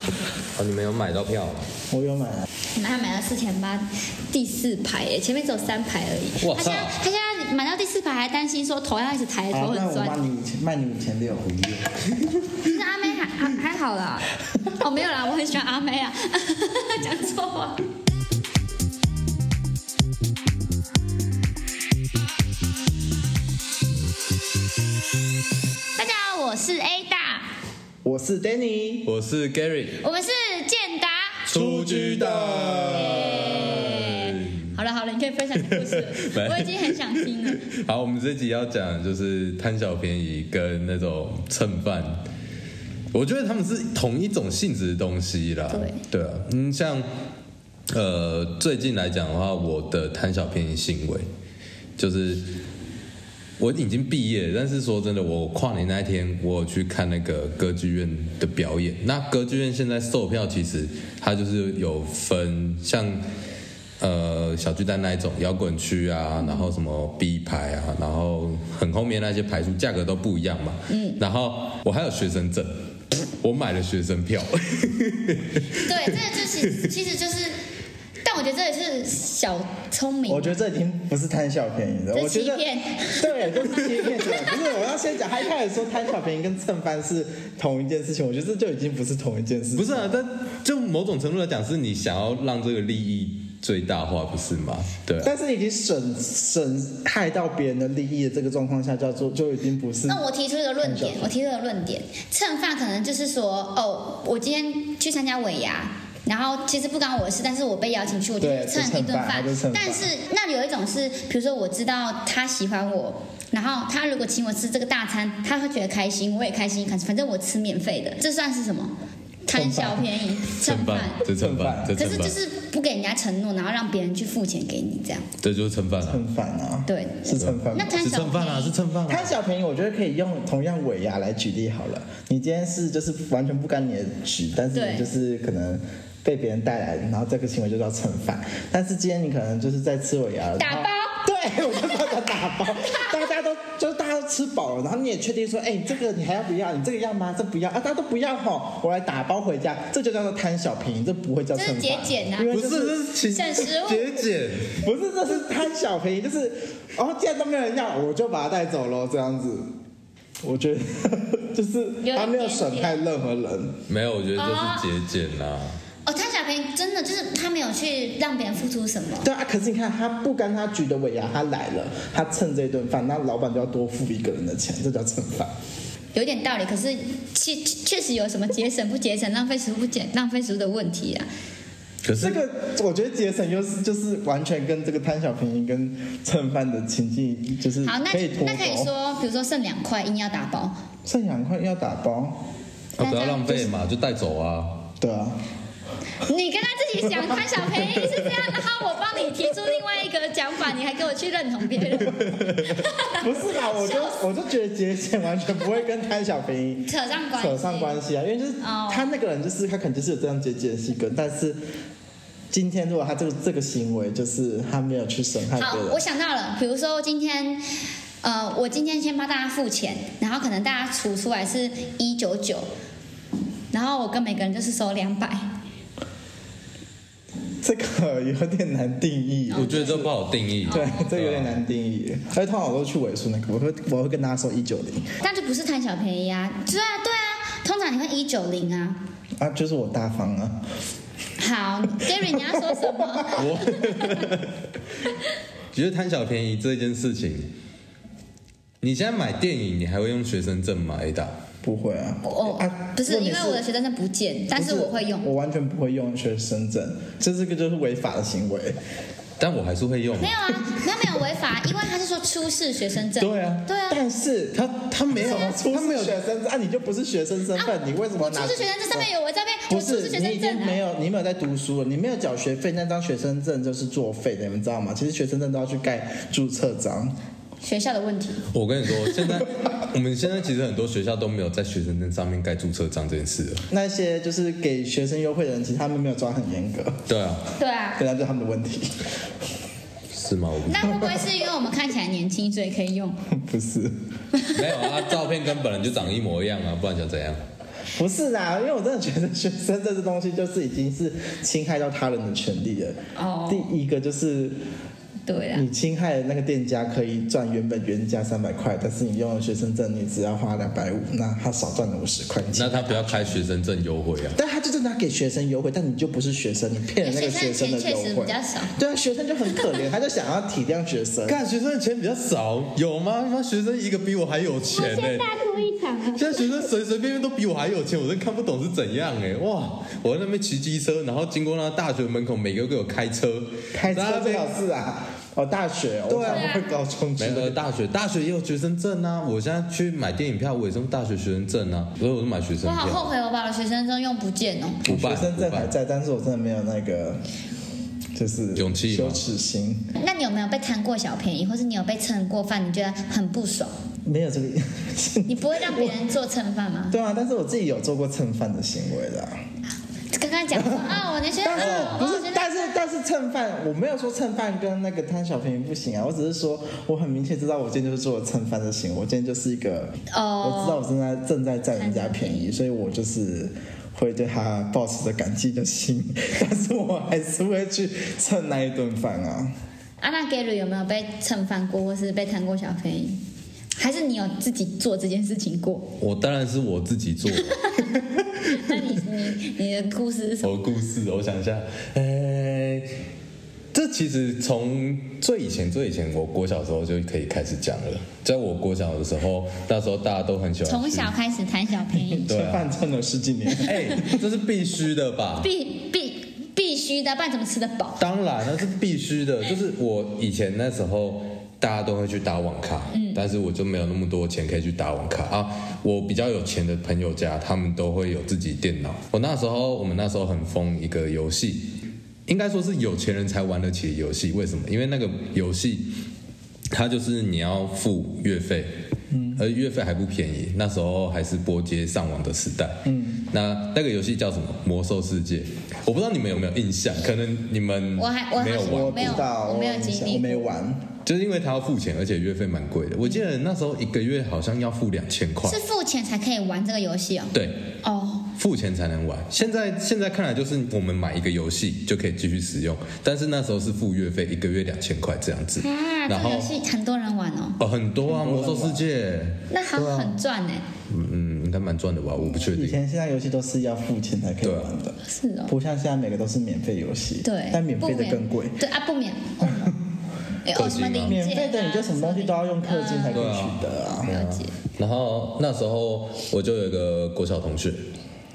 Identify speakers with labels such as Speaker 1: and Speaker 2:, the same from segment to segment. Speaker 1: 哦，你们有买到票吗？
Speaker 2: 我有买啊，
Speaker 3: 你们还买了四千八，第四排耶，前面只有三排而已。
Speaker 1: 哇
Speaker 3: 他
Speaker 1: 操
Speaker 3: 现在他现在买到第四排还担心说头要一直抬，头
Speaker 2: 那
Speaker 3: 很
Speaker 2: 我
Speaker 3: 酸。
Speaker 2: 卖你五千，卖你五千六。
Speaker 3: 其实阿妹还还还 好啦，哦没有啦，我很喜欢阿妹啊， 讲错话。大家好，我是 A 大，
Speaker 2: 我是 Danny，
Speaker 1: 我是 Gary，
Speaker 3: 我们是健达。
Speaker 1: 出局
Speaker 2: 哎
Speaker 1: 的。
Speaker 3: 好了好了，你可以分享你的故事 了，我已经很想听了。
Speaker 1: 好，我们这集要讲的就是贪小便宜跟那种蹭饭，我觉得他们是同一种性质的东西啦。
Speaker 3: 对，
Speaker 1: 啊，嗯，像呃最近来讲的话，我的贪小便宜行为就是我已经毕业了，但是说真的，我跨年那一天我有去看那个歌剧院的表演。那歌剧院现在售票其实它就是有分像呃小巨蛋那一种摇滚区啊，然后什么 B 排啊，然后很后面那些排数价格都不一样嘛。嗯，然后我还有学生证，我买了学生票。
Speaker 3: 对，这个就是其实就是，但我觉得这也是小聪明，
Speaker 2: 我觉得这已经不是贪小便宜了，
Speaker 3: 哎这
Speaker 2: 我
Speaker 3: 是
Speaker 2: 觉
Speaker 3: 欺
Speaker 2: 得
Speaker 3: 骗。
Speaker 2: 对，都是欺骗的。不是，我要先讲，他一开始说贪小便宜跟蹭饭是同一件事情，我觉得这就已经不是同一件事情。
Speaker 1: 不是啊，但就某种程度来讲，是你想要让这个利益最大化，不是吗？对啊。
Speaker 2: 但是已经损损害到别人的利益的这个状况下，叫做就已经不是
Speaker 3: 那我提出一个论点，我提出一个论点，蹭饭可能就是说，哦，我今天去参加尾牙，然后其实不关我的事，但是我被邀请去，我就
Speaker 2: 对就
Speaker 3: 蹭一
Speaker 2: 蹭
Speaker 3: 顿
Speaker 2: 饭
Speaker 3: 饭
Speaker 2: 他就蹭。
Speaker 3: 但
Speaker 2: 饭
Speaker 3: 是那有一种是，比如说我知道他喜欢我，然后他如果请我吃这个大餐，他会觉得开心，我也开心，反正我吃免费的，这算是什么？贪
Speaker 2: 蹭饭
Speaker 3: 小便宜，蹭
Speaker 1: 蹭
Speaker 3: 饭
Speaker 1: 饭。，这蹭饭，这
Speaker 3: 可
Speaker 1: 蹭
Speaker 3: 是
Speaker 1: 饭，
Speaker 3: 就是不给人家承诺，然后让别人去付钱给你这样。
Speaker 1: 这就是蹭饭啊！
Speaker 2: 蹭饭啊，
Speaker 3: 对，
Speaker 2: 是蹭饭
Speaker 3: 那
Speaker 2: 吗。
Speaker 3: 贪
Speaker 1: 是
Speaker 3: 小
Speaker 1: 蹭饭啊，
Speaker 3: 便
Speaker 1: 是
Speaker 3: 宜
Speaker 1: 蹭饭啊！
Speaker 2: 贪小便宜，我觉得可以用同样尾牙来举例好了。你今天是就是完全不干你的局，但是
Speaker 3: 对
Speaker 2: 你就是可能被别人带来，然后这个行为就叫蹭饭。但是今天你可能就是在吃尾牙了，
Speaker 3: 打包
Speaker 2: 然后 对，我就说叫打包，大家都就是大家都吃饱了，然后你也确定说，哎、这个你还要不要？你这个要吗？这不要啊，大家都不要吼，我来打包回家，这就叫做贪小便宜，这不会叫蹭饭，
Speaker 3: 这是节俭啊
Speaker 2: 因为
Speaker 1: 不，
Speaker 2: 就是是
Speaker 1: 这是请
Speaker 3: 省食物
Speaker 1: 节俭，
Speaker 2: 不是，这是贪小便宜，就是哦，既然都没有人要，我就把它带走喽，这样子。我觉得 就是
Speaker 3: 点
Speaker 2: 他没有损害任何人，
Speaker 1: 没有，我觉得这是节俭啊。
Speaker 3: 哦，贪小便宜真的就是他没有去让别人付出什么。
Speaker 2: 对啊。可是你看，他不干他举的尾牙，他来了，他蹭这顿饭，那老板就要多付一个人的钱，这叫蹭饭。
Speaker 3: 有点道理，可是确确实有什么节省不节省、浪费食物不节浪费食物的问题啊。
Speaker 1: 可
Speaker 2: 这
Speaker 1: 是
Speaker 2: 个我觉得节省又是就是完全跟这个贪小便宜跟蹭饭的情境就是
Speaker 3: 好，那
Speaker 2: 嗯可以脱啊
Speaker 3: 那可以
Speaker 2: 钩。
Speaker 3: 说，比如说剩两块硬要打包，
Speaker 2: 剩两块要打包，
Speaker 1: 啊，不要浪费嘛，就带走啊。
Speaker 2: 对 啊，
Speaker 3: 你跟他自己讲贪小便宜是这样，然后我帮你提出另外一个讲法，你还给我去认同别 人，
Speaker 2: 不是啦，我就我就觉得节俭完全不会跟贪小便宜
Speaker 3: 扯上关系，
Speaker 2: 扯上关系啊，因为就是
Speaker 3: 哦
Speaker 2: 他那个人，就是他可能就是有这样节俭的性格，但是今天如果他这个这个行为，就是他没有去损害
Speaker 3: 好
Speaker 2: 别，
Speaker 3: 我
Speaker 2: 人，
Speaker 3: 想到了，比如说今天，呃，我今天先帮大家付钱，然后可能大家除出来是一九九，然后我跟每个人就是收两百，
Speaker 2: 这个有点难定 义。
Speaker 1: 我觉得这不好定义。
Speaker 2: 哦对，这有点
Speaker 1: 啊。
Speaker 2: 难定义。而且通常我都去尾数那个，我会我会跟大家说一九零
Speaker 3: 但就不是贪小便宜啊，对啊对啊，通常你会一九零啊。
Speaker 2: 啊，就是我大方啊。
Speaker 3: 好，Gary，你要说什么？
Speaker 1: 觉啊得贪小便宜这件事情，你现在买电影，你还会用学生证吗？Ada，
Speaker 2: 不会啊，
Speaker 3: 哦
Speaker 2: 啊，
Speaker 3: 不是，
Speaker 2: 问题
Speaker 3: 因为我的学生证不见，但是
Speaker 2: 不
Speaker 3: 我会用。
Speaker 2: 我完全不会用学生证，这这个就是违法的行为。
Speaker 1: 但我还是会用。
Speaker 3: 没有啊，那没有违法，因为他是说出示学生证。
Speaker 2: 对啊，
Speaker 3: 对啊
Speaker 2: 但是
Speaker 1: 他他没有，
Speaker 2: 出
Speaker 1: 他没有
Speaker 2: 示学生证啊，你就不是学生身
Speaker 3: 啊
Speaker 2: 份，你为什么
Speaker 3: 我
Speaker 2: 拿
Speaker 3: 出示学生证上面有我的照片，
Speaker 2: 不
Speaker 3: 我出示
Speaker 2: 是
Speaker 3: 学
Speaker 2: 你已
Speaker 3: 生证
Speaker 2: 经
Speaker 3: 啊
Speaker 2: 没。有，你没有在读书了，你没有缴学费，那张学生证就是作废的，你们知道吗？其实学生证都要去盖注册章，
Speaker 3: 学校的问题，
Speaker 1: 我跟你说，现 在我们现在其实很多学校都没有在学生证上面盖注册章这件事了。
Speaker 2: 那些就是给学生优惠的人，其实他们没有抓很严格，
Speaker 1: 对啊，
Speaker 3: 对啊。
Speaker 2: 对，那就是他们的问题，
Speaker 1: 是吗？我不
Speaker 3: 那会不会是因为我们看起来年轻，所以可以用？
Speaker 2: 不是？
Speaker 1: 没有啊，照片跟本人就长一模一样啊，不然想怎样？
Speaker 2: 不是啦，因为我真的觉得学生这个东西就是已经是侵害到他人的权利了。
Speaker 3: 哦，
Speaker 2: 第一个就是
Speaker 3: 对啦，
Speaker 2: 你侵害了那个店家可以赚原本原价三百块，但是你用了学生证，你只要花两百五，那他少赚了五十块钱
Speaker 1: 那。他不要开学生证优惠啊。
Speaker 2: 但他就是拿给学生优惠，但你就不是学生，你骗了那个学
Speaker 3: 生
Speaker 2: 生的
Speaker 3: 钱确
Speaker 2: 优
Speaker 3: 实
Speaker 2: 惠
Speaker 3: 比。较少。
Speaker 2: 对啊，学生就很可怜，他就想要体谅学生。
Speaker 1: 干学生的钱比较少，有吗？妈学生一个比我还有钱呢、欸
Speaker 4: 先大哭一场啊了。
Speaker 1: 现在学生随随便便都比我还有钱，我真看不懂是怎样哎、哇！我在那边骑机车，然后经过那大学门口，每个给我开车，
Speaker 2: 开车
Speaker 1: 大家
Speaker 2: 最
Speaker 1: 被
Speaker 2: 好是啊，哦，大学，哦我
Speaker 1: 对啊
Speaker 2: 想会高中之
Speaker 1: 没
Speaker 2: 类
Speaker 1: 有
Speaker 2: 的。
Speaker 1: 大学，大学也有学生证啊！我现在去买电影票，我也是用大学学生证啊，所以我就买学
Speaker 3: 我
Speaker 1: 生
Speaker 3: 好
Speaker 1: 票。
Speaker 3: 后悔，我把我学生证用不见哦。
Speaker 1: 不办
Speaker 2: 学生证
Speaker 1: 不
Speaker 2: 还
Speaker 1: 办
Speaker 2: 在，但是我真的没有那个，就是呃
Speaker 1: 勇气吗
Speaker 2: 羞耻心，
Speaker 3: 那你有没有被贪过小便宜，或是你有被蹭过饭，你觉得很不爽？
Speaker 2: 没有这个。
Speaker 3: 你不会让别人做蹭饭吗？
Speaker 2: 对啊，但是我自己有做过蹭饭的行为的啊、
Speaker 3: 刚刚讲说啊，我的学生
Speaker 2: 但是
Speaker 3: 啊
Speaker 2: 不
Speaker 3: 我
Speaker 2: 是
Speaker 3: 的学？生
Speaker 2: 但是但是蹭饭，我没有说蹭饭跟那个贪小便宜不行啊，我只是说我很明确知道我今天就是做了蹭饭的行为，我今天就是一个，我知道
Speaker 3: 哦，
Speaker 2: 我正在正在占人家便宜，所以我就是。会对他保持着感激的心， 但是我还是会去蹭那一顿饭啊。
Speaker 3: 啊，那 Gary 有没有被蹭饭过，或是被贪过小便宜？还是你有自己做这件事情过？
Speaker 1: 我当然是我自己做。
Speaker 3: 那你你你的故事是什
Speaker 1: 什
Speaker 3: 么？
Speaker 1: 么故事？我想一下，哎、这其实从最以前、最以前，我国小的时候就可以开始讲了。在我国小的时候，那时候大家都很喜欢
Speaker 3: 从
Speaker 1: 吃
Speaker 3: 小开始贪小便 宜，
Speaker 1: 对
Speaker 2: 蹭
Speaker 1: 啊
Speaker 2: 饭蹭了十几年，
Speaker 1: 哎、这是必须的 吧？
Speaker 3: 必必必须的，不然怎么吃得饱？
Speaker 1: 当然，那是必须的。就是我以前那时候，大家都会去打网咖，但是我就没有那么多钱可以去打网咖啊。我比较有钱的朋友家，他们都会有自己电脑。我那时候，我们那时候很疯一个游戏，应该说是有钱人才玩得起的游戏。为什么？因为那个游戏，它就是你要付月费。而月费还不便宜，那时候还是拨接上网的时代。嗯，那那个游戏叫什么？魔兽世界，我不知道你们有没有印象，可能你们
Speaker 3: 我 还我还
Speaker 1: 没有
Speaker 2: 我
Speaker 1: 玩，
Speaker 2: 不
Speaker 3: 没有
Speaker 2: 知道，
Speaker 3: 我没有经历过
Speaker 2: 我没玩。
Speaker 1: 就是因为他要付钱，而且月费蛮贵的。我记得那时候一个月好像要付两千块
Speaker 3: 是，付钱才可以玩这个游戏哦。
Speaker 1: 对，
Speaker 3: 哦，
Speaker 1: 付钱才能玩。现在现在看来就是我们买一个游戏就可以继续使用，但是那时候是付月费，一个月两千块这样子。
Speaker 3: 啊，这
Speaker 1: 然
Speaker 3: 个
Speaker 1: 后
Speaker 3: 游戏很多人玩哦，
Speaker 1: 哦，很多啊，魔兽世界，
Speaker 3: 那好很赚哎，
Speaker 1: 嗯嗯，应该蛮赚的吧？我不确
Speaker 2: 以
Speaker 1: 定。
Speaker 2: 前现在游戏都是要付钱才可以
Speaker 1: 对啊
Speaker 2: 玩的，
Speaker 3: 是哦，
Speaker 2: 不像现在每个都是免费游戏，
Speaker 3: 对，
Speaker 2: 但免费的更贵。
Speaker 3: 不免对啊，不 免，哦哎哦，什么零件啊
Speaker 2: 免费的你就什么东西都要用氪金才可以取
Speaker 1: 嗯
Speaker 2: 得啊。
Speaker 3: 了解，
Speaker 1: 然后那时候我就有一个国小同学，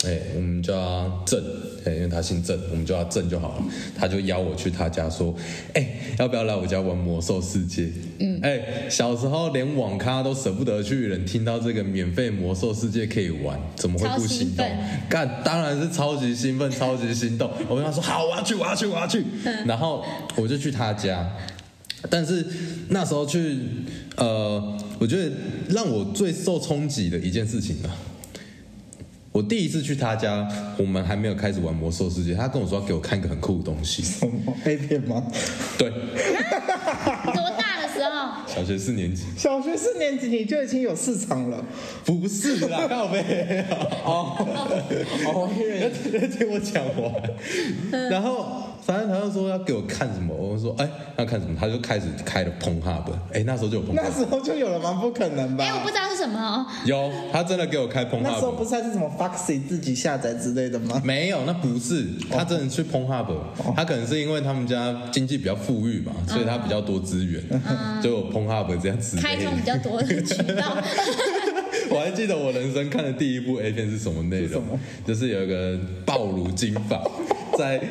Speaker 1: 哎、我们叫他郑，哎、因为他姓郑，我们叫他郑就好了。他就邀我去他家说，哎、要不要来我家玩魔兽世界？嗯，哎、小时候连网咖都舍不得去的人，听到这个免费魔兽世界可以玩，怎么会
Speaker 3: 超
Speaker 1: 不
Speaker 3: 兴
Speaker 1: 心动
Speaker 3: 奋？
Speaker 1: 干，当然是超级兴奋，超级心动。我跟他说好，我要去，我要去，我要去。然后我就去他家，但是那时候去，呃，我觉得让我最受冲击的一件事情啊，我第一次去他家，我们还没有开始玩魔兽世界，他跟我说要给我看一个很酷的东西，
Speaker 2: 什么 A 片吗？
Speaker 1: 对，
Speaker 3: 多大的时候？
Speaker 2: 啊
Speaker 1: 小学四年级，
Speaker 2: 小学四年级你就已经有市场了，
Speaker 1: 不是 啦，靠背，哦，
Speaker 2: 哦，因为
Speaker 1: 听我讲完，然后反正他就说要给我看什么，我就说哎要看什么，他就开始开了碰 hub，哎那时候就有碰 hub，
Speaker 2: 那时候就有了吗？不可能吧
Speaker 3: 哎，？我不知道是什么哦，
Speaker 1: 有，他真的给我开碰 hub，
Speaker 2: 那时候不是还是什么 Foxy 自己下载之类的吗？
Speaker 1: 没有，那不是，他真的去 p o n h u
Speaker 2: 哦
Speaker 1: b 他可能是因为他们家经济比较富裕嘛，所以他比较多资源，
Speaker 2: 嗯
Speaker 1: 就有 p o n h u b 这样子。
Speaker 3: 开通比较多的渠道，
Speaker 1: 我还记得我人生看的第一部 A 片是什么内容，就是有一个暴乳金发在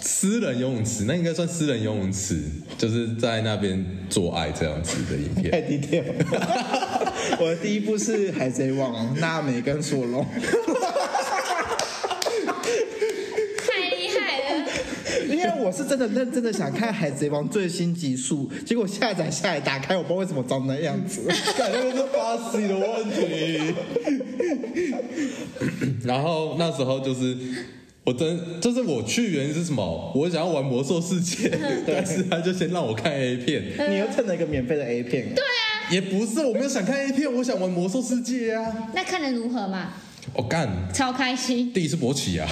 Speaker 1: 私人游泳池，那应该算私人游泳池，就是在那边做爱这样子的影片。
Speaker 2: 太 detail 了。 我的第一部是《海贼王》，娜美跟索隆。
Speaker 3: 太厉害了，
Speaker 2: 因为我是真的认真的想看《海贼王》最新集数，结果下载下来打开，我不知道为什么长那样 子。
Speaker 1: 感觉是巴西的问题。 然后那时候就是。我真就是我去原因是什么？我想要玩魔兽世 界，但是他就先让我看 A 片，
Speaker 2: 你又蹭了一个免费的 A 片，对，
Speaker 1: 也不是我没有想看 A 片，我想玩魔兽世界啊。
Speaker 3: 那看的如何嘛？
Speaker 1: 我、干，
Speaker 3: 超开心。
Speaker 1: 第一次勃起 啊！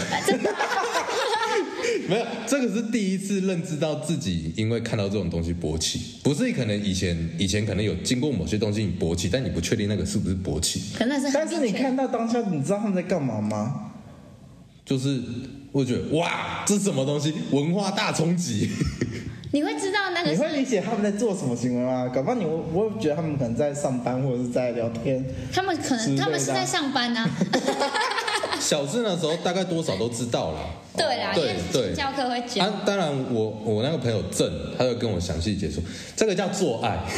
Speaker 1: 没有，这个是第一次认知到自己，因为看到这种东西勃起，不是可能以前以前可能有经过某些东西你勃起，但你不确定那个是不是勃起，
Speaker 3: 可能是很
Speaker 2: 但是你
Speaker 3: 明确
Speaker 2: 看到当下，你知道他们在干嘛吗？
Speaker 1: 就是我觉得哇，这是什么东西？文化大冲 击。
Speaker 3: 你会知道那个
Speaker 2: 你
Speaker 3: 是
Speaker 2: 会理解他们在做什么行为吗？搞不好你我我会觉得他们可能在上班或者是在聊天，
Speaker 3: 他们可
Speaker 2: 之类
Speaker 3: 能
Speaker 2: 的啊
Speaker 3: 他们是在上班 啊。
Speaker 1: 小智那时候大概多少都知道了。
Speaker 3: 对啦，因
Speaker 1: 对
Speaker 3: 为
Speaker 1: 对
Speaker 3: 教课会
Speaker 1: 啊
Speaker 3: 讲，，
Speaker 1: 当然我我那个朋友郑，他就跟我详细解说，这个叫做爱。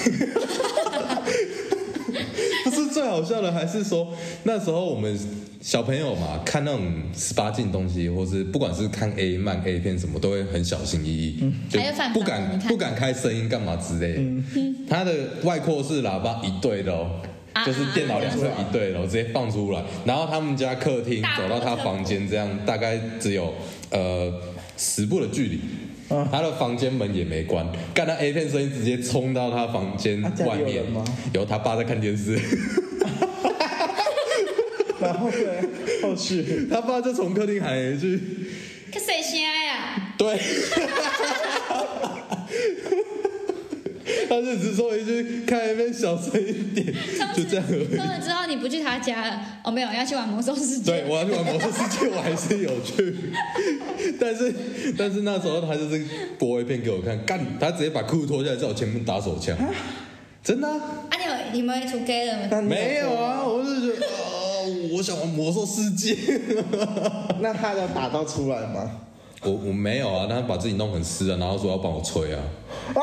Speaker 1: 不是最好笑的，还是说那时候我们小朋友嘛，看那种十八禁东西，或是不管是看 A 漫、A 片什么，都会很小心翼翼，就
Speaker 3: 嗯还有反
Speaker 1: 不
Speaker 3: 方
Speaker 1: 敢
Speaker 3: 你看
Speaker 1: 不敢开声音干嘛之类的。它的外扩式喇叭一对的哦，
Speaker 3: 啊
Speaker 1: 就是电脑两侧
Speaker 2: 啊啊
Speaker 1: 一对的哦，直接放出来。然后他们家客厅
Speaker 3: 大
Speaker 1: 走到他
Speaker 3: 客
Speaker 1: 房间，这样大概只有呃十步的距离。
Speaker 2: 啊
Speaker 1: 他的房间门也没关，干到 A 片声音直接冲到他房间
Speaker 2: 啊家里
Speaker 1: 外
Speaker 2: 有
Speaker 1: 面
Speaker 2: 人吗，
Speaker 1: 有他爸在看电视，
Speaker 2: 然后对后续
Speaker 1: 他爸就从客厅喊了一句
Speaker 3: 看谁先
Speaker 2: 啊
Speaker 3: 呀？：“
Speaker 1: 对。” 他就只说一句：“看 A 片小声一点。”
Speaker 3: 从
Speaker 1: 就
Speaker 3: 此
Speaker 1: 这样而已。
Speaker 3: 从此之后你不去他家了，哦，没有要去玩魔兽世界
Speaker 1: 对，。我要去玩魔兽世界，我还是有去，但是但是那时候他就是播一片给我看，干，他直接把裤子脱下来，在我前面打手枪，真的啊、
Speaker 3: 啊，你有你们 together 吗？
Speaker 2: 那你
Speaker 1: 没有啊，我是觉得，呃，我想玩魔兽世界，
Speaker 2: 那他有打到出来吗？
Speaker 1: 我我没有啊，他把自己弄很湿啊，然后说要帮我吹啊，
Speaker 2: 啊，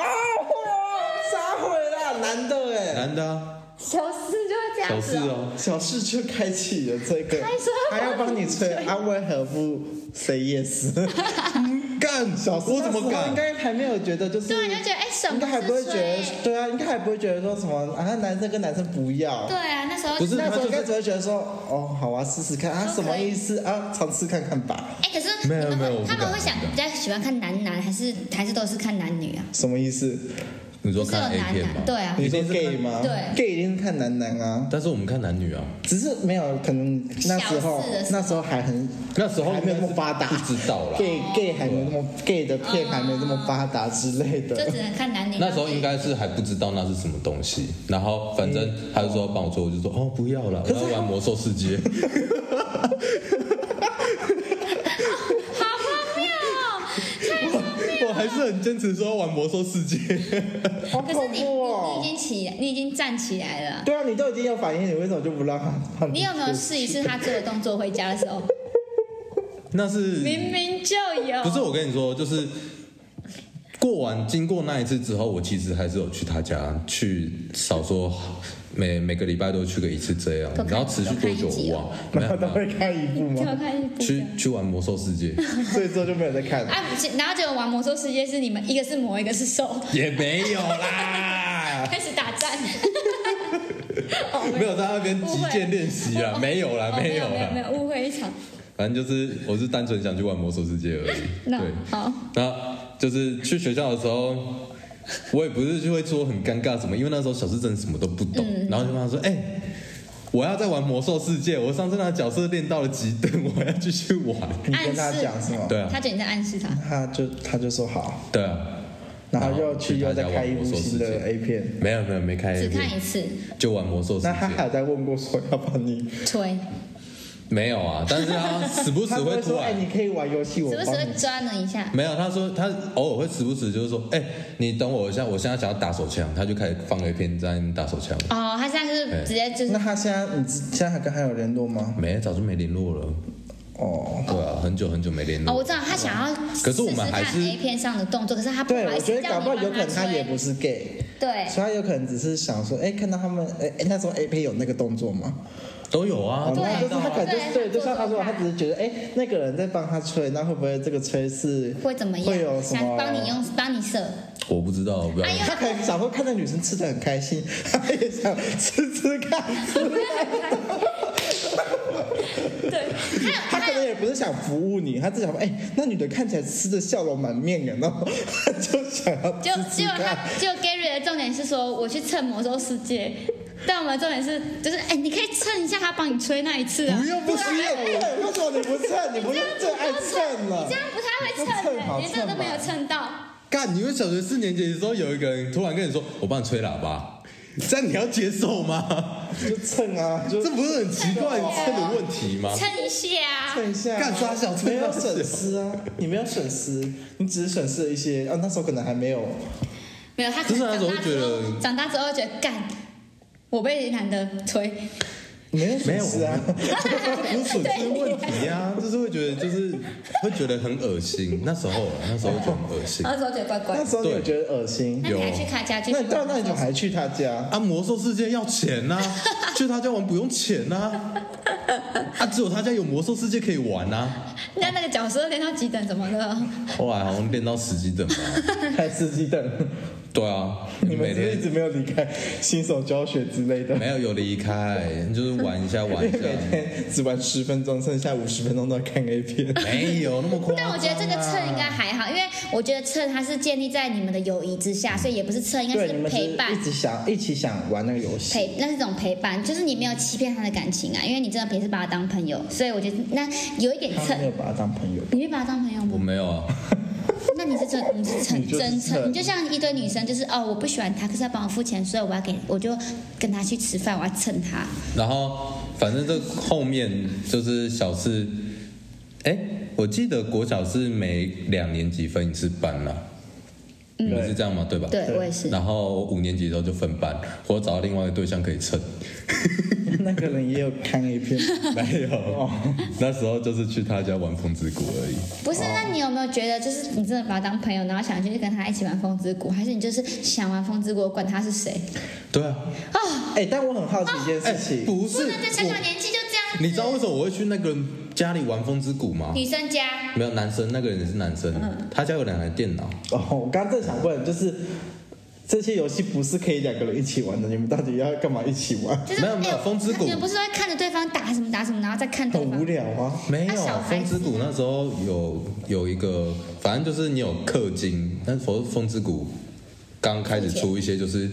Speaker 2: 撒谎啦，男的哎，
Speaker 1: 男的啊，
Speaker 3: 小事就会这
Speaker 1: 小
Speaker 3: 样
Speaker 1: 事
Speaker 3: 子哦。
Speaker 1: 哦，
Speaker 2: 小事就开启了这个
Speaker 3: 开车，
Speaker 2: 还要帮你吹，啊，为何不 say yes？
Speaker 1: 干，
Speaker 2: 小事
Speaker 1: 我怎么
Speaker 2: 那时候
Speaker 1: 敢
Speaker 2: 应？该还没有觉得就是，
Speaker 3: 对，你就觉得哎，什
Speaker 2: 应该
Speaker 3: 么
Speaker 2: 还不会觉得，对啊，应该还不会觉得说什么啊，男生跟男生不要。
Speaker 3: 对啊，那时候
Speaker 1: 不是
Speaker 2: 那时
Speaker 1: 他
Speaker 2: 候
Speaker 1: 就
Speaker 2: 应该只会觉得说，哦，好啊，试试看啊，
Speaker 3: 说
Speaker 2: 什
Speaker 3: 可
Speaker 2: 么
Speaker 3: 以
Speaker 2: 意思啊，尝试看看吧，
Speaker 3: 哎，可是
Speaker 1: 没有
Speaker 3: 你们
Speaker 1: 没有
Speaker 3: 会
Speaker 1: 我不
Speaker 3: 他
Speaker 1: 敢
Speaker 3: 们会想比较喜欢看男男，还是还是都是看男女啊？
Speaker 2: 什么意思？
Speaker 1: 你说
Speaker 3: 不是有
Speaker 1: 看 A
Speaker 3: 男
Speaker 1: 片吗
Speaker 3: 男？对 啊，
Speaker 2: 你
Speaker 1: 一
Speaker 2: 说
Speaker 1: 定是
Speaker 2: gay
Speaker 1: 看
Speaker 2: 吗？
Speaker 3: 对
Speaker 2: ，gay 一定是看男男啊，
Speaker 1: 但是我们看男女啊，
Speaker 2: 只是没有可能那时候
Speaker 3: 小事的时候
Speaker 2: 那时候还很
Speaker 1: 那时候
Speaker 2: 还没有那么发达
Speaker 1: 不知道啦。
Speaker 2: gay gay 还没那么 gay 的片还没那么发达之类
Speaker 3: 就
Speaker 2: 的。
Speaker 3: 只能看男女。
Speaker 1: 那时候应该是还不知道那是什么东西，然后反正他就说帮我做，我就说哦不要了，我
Speaker 2: 嗯可是
Speaker 1: 要玩魔兽世界。
Speaker 3: 好荒谬哦！
Speaker 1: 我还是很坚持说要玩魔兽世界，
Speaker 2: 好
Speaker 3: 可是
Speaker 2: 恐
Speaker 3: 你
Speaker 2: 怖
Speaker 3: 你已
Speaker 2: 哦！
Speaker 3: 经起，你已经站起来了。
Speaker 2: 对啊，你都已经有反应，你为什么就不让他放？
Speaker 3: 你有没有试一试他做的动作回家的 时候？
Speaker 1: 那是
Speaker 3: 明明就有，
Speaker 1: 不是我跟你说，就是过完经过那一次之后，我其实还是有去他家去少说每每个礼拜都去个一次这样
Speaker 3: 都，看
Speaker 1: 然后持续多久我忘了，没
Speaker 2: 然后
Speaker 1: 有
Speaker 2: 都
Speaker 1: 没有
Speaker 2: 会看一部
Speaker 3: 你就
Speaker 2: 吗？
Speaker 3: 看一部
Speaker 1: 去
Speaker 3: 的
Speaker 1: 去玩魔兽世界
Speaker 2: 所以之后就没有再看。
Speaker 3: 啊，然后结果玩魔兽世界是你们一个是魔，一个是兽，
Speaker 1: 也没有啦。
Speaker 3: 开始打战。
Speaker 1: 没有在那边
Speaker 3: 误
Speaker 1: 击
Speaker 3: 会
Speaker 1: 剑练习啦，
Speaker 3: 哦
Speaker 1: 没有啦，
Speaker 3: 哦没
Speaker 1: 有
Speaker 3: 没有没
Speaker 1: 啦，
Speaker 3: 有误会一场。
Speaker 1: 反正就是我是单纯想去玩魔兽世界而已。
Speaker 3: 那
Speaker 1: 对，
Speaker 3: 好，
Speaker 1: 那就是去学校的时候，我也不是就会说很尴尬什么，因为那时候小智真的什么都不懂，
Speaker 3: 嗯
Speaker 1: 然后就跟他说：“哎、我要在玩魔兽世界，我上次那角色练到了极等，我要继续玩。
Speaker 2: 你跟他
Speaker 3: 暗示
Speaker 2: 讲是吗？
Speaker 1: 对啊
Speaker 3: 他觉得你在暗示他，
Speaker 2: 他就他就说好，”
Speaker 1: 对啊，
Speaker 2: 然后又
Speaker 1: 然
Speaker 2: 去又
Speaker 1: 后去他家
Speaker 2: 再开一部
Speaker 1: 玩魔兽
Speaker 2: 新的
Speaker 1: 世界
Speaker 2: A 片。
Speaker 1: 没有没有没开
Speaker 3: 只看一次
Speaker 1: 就玩魔兽世
Speaker 2: 那他还
Speaker 1: 界，
Speaker 2: 有在问过说要帮你，
Speaker 3: 吹，
Speaker 1: 没有啊，但是他时不时
Speaker 2: 他不
Speaker 1: 会
Speaker 2: 会
Speaker 1: 突
Speaker 2: 说哎，
Speaker 1: 然。
Speaker 2: 你可以玩游戏，我
Speaker 3: 时不时
Speaker 2: 帮
Speaker 3: 会
Speaker 2: 你。
Speaker 3: 抓了一下？
Speaker 1: 没有，他说他偶尔会时不时就是说，哎、你等我一下，我现在想要打手枪，他就开始放了一片在那边打手枪。
Speaker 3: 哦，他现在
Speaker 1: 哎
Speaker 3: 是直接就是
Speaker 2: 那他现在你知现在还跟他有联络吗？
Speaker 1: 没，早就没联络了。
Speaker 2: 哦，
Speaker 1: 对啊，很久很久没联
Speaker 3: 哦，
Speaker 1: 络。
Speaker 3: 我知道他想要
Speaker 1: 可
Speaker 3: 试
Speaker 1: 是
Speaker 3: 试
Speaker 1: 我们还
Speaker 3: 看
Speaker 1: 是
Speaker 3: A 片上的动作，可是他不
Speaker 2: 对，
Speaker 3: 好
Speaker 2: 我
Speaker 3: 意思
Speaker 2: 觉得
Speaker 3: 叫
Speaker 2: 搞
Speaker 3: 你
Speaker 2: 不好有
Speaker 3: 帮
Speaker 2: 可能他也
Speaker 3: 吹。
Speaker 2: 不是 gay，
Speaker 3: 对，
Speaker 2: 所以他有可能只是想说，哎、看到他们，哎、哎那时候 A 片有那个动作吗？
Speaker 1: 都有啊，
Speaker 2: 哦
Speaker 1: 都
Speaker 2: 那
Speaker 1: 看
Speaker 2: 就
Speaker 1: 到
Speaker 2: 是他
Speaker 1: 啊
Speaker 2: 可能就是
Speaker 3: 对
Speaker 2: 对，就像他说的，
Speaker 3: 他
Speaker 2: 他
Speaker 3: 做
Speaker 2: 只是觉得，哎、那个人在帮他吹，那会不会这个吹是
Speaker 3: 会怎么样？
Speaker 2: 会有什么？
Speaker 3: 想帮你。用帮 你射，
Speaker 1: 我不知道，我不要
Speaker 3: 哎。呀
Speaker 2: 他可能想说，看那女生吃的很开心，他也想吃吃看。
Speaker 3: 对，
Speaker 2: 他可能也不是想服务你，他只想说，哎、那女的看起来吃的笑容满面的，然后 他就想要
Speaker 3: 就
Speaker 2: 吃吃
Speaker 3: 结果他
Speaker 2: 看。
Speaker 3: 结果 Gary 的重点是说我去蹭魔兽世界，但我们重点是，就是哎、你可以蹭一下他帮你吹那一次啊，
Speaker 2: 不用不需要，为什么你不蹭？你不是最爱蹭了
Speaker 3: 你这？样不太会
Speaker 2: 这
Speaker 3: 蹭欸
Speaker 2: 蹭好
Speaker 3: 的，连这
Speaker 2: 蹭
Speaker 3: 个都没有
Speaker 2: 吧
Speaker 3: 蹭到。
Speaker 1: 干，你们小学四年级的时候，有一个人突然跟你说：“我帮你吹喇叭。”这样你要接受吗？
Speaker 2: 就蹭啊，就
Speaker 1: 这不是很奇怪蹭的问题 吗？
Speaker 3: 蹭一下啊，
Speaker 2: 蹭一下啊，
Speaker 1: 干啥小蹭
Speaker 2: 没有
Speaker 1: 啥小
Speaker 2: 损失啊，你没有损失，你只是损失了一些啊，那时候可能还没有
Speaker 3: 没有他可
Speaker 1: 就是那
Speaker 3: 能
Speaker 1: 时候
Speaker 3: 长大之
Speaker 1: 会觉
Speaker 3: 后，长大之后觉得干，我被男的推，
Speaker 2: 没有损失啊，
Speaker 1: 有损失问题啊，就是会觉得就是会觉得很恶心。那时候啊，那时候就很恶心。
Speaker 3: 那时候觉得怪怪
Speaker 2: 那
Speaker 3: 的。
Speaker 2: 时候你
Speaker 1: 对
Speaker 2: 觉得恶心，
Speaker 3: 那你还去他家去？
Speaker 2: 那你到那你怎么还去他家？
Speaker 1: 啊，魔兽世界要钱 呐、去他家玩不用钱呐、啊，只有他家有魔兽世界可以玩呐、
Speaker 3: 那那个角色练到几等什么的？
Speaker 1: 后来好像练到十几等吧。
Speaker 2: 还司机等，
Speaker 1: 对啊，
Speaker 2: 你们
Speaker 1: 每
Speaker 2: 是不是
Speaker 1: 天
Speaker 2: 一直没有离开新手教学之类的？
Speaker 1: 没有有离开，就是玩一下玩
Speaker 2: 因
Speaker 1: 一
Speaker 2: 为
Speaker 1: 下，
Speaker 2: 每天只玩十分钟，剩下五十分钟都在看 A 片。
Speaker 1: 没有那么夸张、啊。
Speaker 3: 但我觉得这个蹭
Speaker 2: 啊
Speaker 3: 应该还好，因为我觉得蹭它是建立在你们的友谊之下，所以也不是蹭，应该
Speaker 2: 对，你
Speaker 3: 是
Speaker 2: 们只
Speaker 3: 陪
Speaker 2: 是
Speaker 3: 伴
Speaker 2: 一。直想一起想玩那个游戏，
Speaker 3: 陪那是一种陪伴，就是你没有欺骗他的感情啊，因为你真的平时把他当朋友，所以我觉得那有一点
Speaker 2: 他没
Speaker 3: 蹭，
Speaker 2: 有把他当朋友。
Speaker 3: 你会把他当朋友
Speaker 1: 我
Speaker 3: 吗？
Speaker 1: 没有啊，
Speaker 3: 那你是真，你是
Speaker 2: 你
Speaker 3: 真
Speaker 2: 就是
Speaker 3: 真
Speaker 2: 蹭
Speaker 3: 诚，你就像一堆女生，就是哦，我不喜欢他，可是他帮我付钱，所以我要给，我就跟他去吃饭，我要蹭他。
Speaker 1: 然后反正这后面就是小四，哎，我记得国小是每两年级分一次班啦，你们是这样吗？对吧？
Speaker 3: 嗯对
Speaker 2: 对
Speaker 3: 我也是，
Speaker 1: 然后五年级的时候就分班，我找到另外一个对象可以 蹭，
Speaker 2: 那个人也有看 A 片，
Speaker 1: 没有，那时候就是去他家玩风之谷而已。
Speaker 3: 不是？那你有没有觉得，就是你真的把他当朋友，然后想去跟他一起玩风之谷，还是你就是想玩风之谷，管他是谁？
Speaker 1: 对啊，
Speaker 2: 哎、但我很好奇一件
Speaker 1: 哎
Speaker 2: 事，情，
Speaker 1: 不
Speaker 3: 不
Speaker 1: 是，
Speaker 3: 能在小小
Speaker 1: 我
Speaker 3: 年纪就这样子。
Speaker 1: 你知道为什么我会去那个人家里玩风之谷吗？
Speaker 3: 女生家
Speaker 1: 没有男生，那个人也是男生，他家有两台电脑，
Speaker 2: 哦，我刚正想问，就是这些游戏不是可以两个人一起玩的，你们到底要干嘛一起玩？
Speaker 3: 就是
Speaker 1: 没有没有
Speaker 3: 哎
Speaker 1: 风之谷
Speaker 3: 你们不是会看着对方打什么打什么，然后再看对
Speaker 2: 很无
Speaker 3: 方？
Speaker 2: 聊啊。
Speaker 1: 没
Speaker 3: 啊
Speaker 1: 有
Speaker 3: 小，孩
Speaker 1: 风
Speaker 3: 子
Speaker 1: 之谷那时候有有一个，反正就是你有氪金，但是风风之谷刚开始出一些就是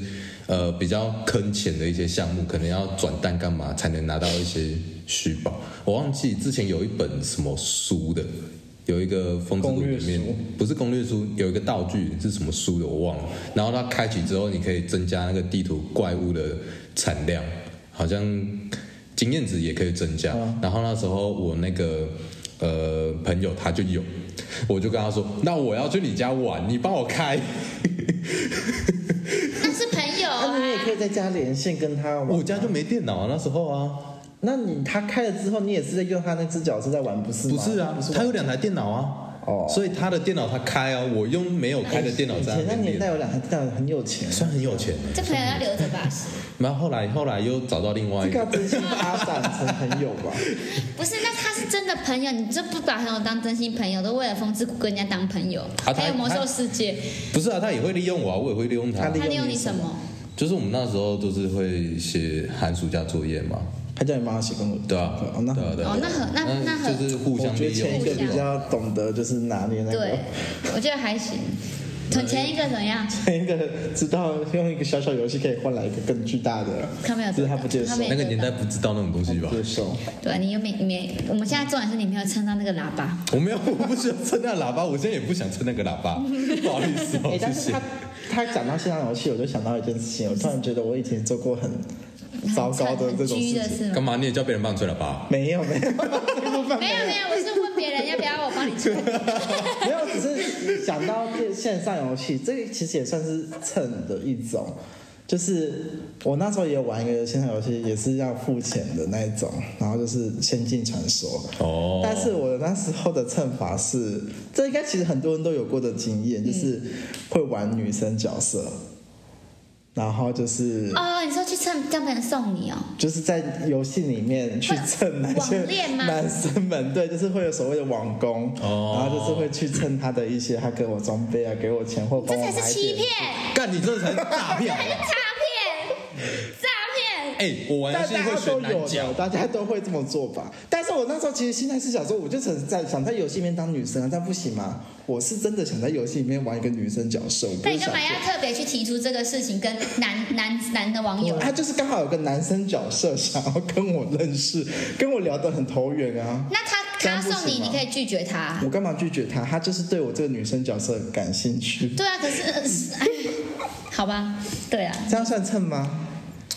Speaker 1: 呃比较坑钱的一些项目，可能要转蛋干嘛才能拿到一些虚宝。我忘记之前有一本什么书的，有一个风之谷里
Speaker 2: 攻略
Speaker 1: 面
Speaker 2: 书
Speaker 1: 不是攻略书，有一个道具是什么书的我忘了。然后它开启之后，你可以增加那个地图怪物的产量，好像经验值也可以增加。
Speaker 2: 啊
Speaker 1: 然后那时候我那个呃朋友他就有，我就跟他说，那我要去你家玩，你帮我开。
Speaker 3: 那是朋友
Speaker 2: 那、
Speaker 3: 啊。
Speaker 2: 你也可以在家连线跟他玩。
Speaker 1: 我家就没电脑啊，那时候啊，
Speaker 2: 那你他开了之后，你也是在用他那只脚是在玩，不是吗？
Speaker 1: 不是啊，他有两台电脑啊，
Speaker 2: 哦
Speaker 1: 所以他的电脑他开啊，我用没有开的电脑
Speaker 2: 以
Speaker 1: 在
Speaker 2: 前
Speaker 1: 那边
Speaker 2: 那年代
Speaker 1: 练，
Speaker 2: 有两台电脑很有钱，
Speaker 1: 算很有钱。
Speaker 3: 这朋友要留着吧？
Speaker 1: 然后后来后来又找到另外
Speaker 2: 这
Speaker 1: 一
Speaker 2: 个要
Speaker 1: 个，
Speaker 2: 真心发展成朋友 吧？
Speaker 3: 不是，那他是真的朋友，你就不把朋友当真心朋友，都为了风之谷跟人家当朋友，
Speaker 1: 啊他
Speaker 3: 还有魔兽世界，
Speaker 1: 不是啊，他也会利用我啊，我也会利用他
Speaker 2: 他。利
Speaker 3: 他利用你什么？
Speaker 1: 就是我们那时候就是会写寒暑假作业嘛，
Speaker 2: 他叫你帮他写工作，
Speaker 1: 对啊，
Speaker 2: 哦那
Speaker 1: 对啊，对啊
Speaker 3: 哦那很那那很
Speaker 1: 就是互
Speaker 2: 我
Speaker 1: 相
Speaker 2: 觉得
Speaker 1: 利
Speaker 2: 前一
Speaker 1: 用
Speaker 2: 个。比较懂得就是拿捏那个
Speaker 3: 对，，我觉得还行。从前一个怎么 样？
Speaker 2: 前一个知道用一个小小游戏可以换来一个更巨大的，
Speaker 3: 他没有
Speaker 2: 只
Speaker 3: 做
Speaker 2: 是
Speaker 3: 到，
Speaker 2: 他不接受哦
Speaker 3: 他没有
Speaker 1: 那个
Speaker 3: 做
Speaker 1: 年代
Speaker 3: 到
Speaker 1: 不知道那种东西吧？
Speaker 2: 接受。
Speaker 3: 对你又没你没，我们现在重点是你没有蹭到那个喇叭。
Speaker 1: 我没有，我不需要蹭那喇叭，我现在也不想蹭那个喇 叭，不好意思
Speaker 2: 哎、
Speaker 1: 哦，谢
Speaker 2: 但是
Speaker 1: 谢
Speaker 2: 他。他讲到线上游戏，我就想到一件事情，我突然觉得我以前做过很糟糕的这种事
Speaker 3: 很 G 的
Speaker 2: 情。
Speaker 3: 是
Speaker 1: 干
Speaker 3: 吗？
Speaker 1: 嘛你也叫别人帮你吹喇叭？
Speaker 2: 没有没有，这部分
Speaker 3: 没有没有，我是问别人要不要我帮你吹。
Speaker 2: 没有，只是想到线线上游戏，这个其实也算是蹭的一种。就是我那时候也有玩一个线上游戏，也是要付钱的那一种，然后就是《仙境传说》。
Speaker 1: 哦，
Speaker 2: 但是我那时候的蹭法是，这应该其实很多人都有过的经验，就是会玩女生角色，然后就是
Speaker 3: 哦，你说去蹭叫别人送你哦，
Speaker 2: 就是在游戏里面去蹭那些
Speaker 3: 网恋吗
Speaker 2: 男生们，对，就是会有所谓的网工，
Speaker 1: 哦
Speaker 2: 然后就是会去蹭他的一些，他给我装备啊，给我钱或帮
Speaker 3: 这
Speaker 2: 我买
Speaker 3: 才是
Speaker 2: 一
Speaker 3: 欺
Speaker 2: 点。
Speaker 3: 骗，
Speaker 1: 干你这才是诈骗！
Speaker 3: 诈骗，诈骗。
Speaker 1: 啊哎，我玩游
Speaker 2: 但
Speaker 1: 戏
Speaker 2: 大
Speaker 1: 会
Speaker 2: 家都
Speaker 1: 选
Speaker 2: 有
Speaker 1: 男
Speaker 2: 的，
Speaker 1: 角，
Speaker 2: 大家都会这么做吧？但是我那时候其实心态是想说，我就想在想在游戏里面当女生啊，但不行嘛，我是真的想在游戏里面玩一个女生角色。我不
Speaker 3: 但
Speaker 2: 是
Speaker 3: 你干
Speaker 2: 想
Speaker 3: 嘛要
Speaker 2: 说
Speaker 3: 特别去提出这个事情跟男男男的网友？
Speaker 2: 他就是刚好有个男生角色想要跟我认识，跟我聊得很投缘啊。
Speaker 3: 那他
Speaker 2: 这样
Speaker 3: 他
Speaker 2: 不行
Speaker 3: 送你，
Speaker 2: 吗
Speaker 3: 你可以拒绝他。啊
Speaker 2: 我干嘛拒绝他？他就是对我这个女生角色很感兴趣，
Speaker 3: 对啊，可是，呃是哎，好吧，对啊，
Speaker 2: 这样算蹭吗？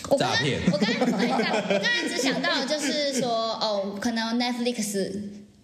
Speaker 3: 我刚
Speaker 1: 诈
Speaker 3: 刚
Speaker 1: 骗
Speaker 3: 我刚刚对我刚刚只想到就是说，哦，可能 Netflix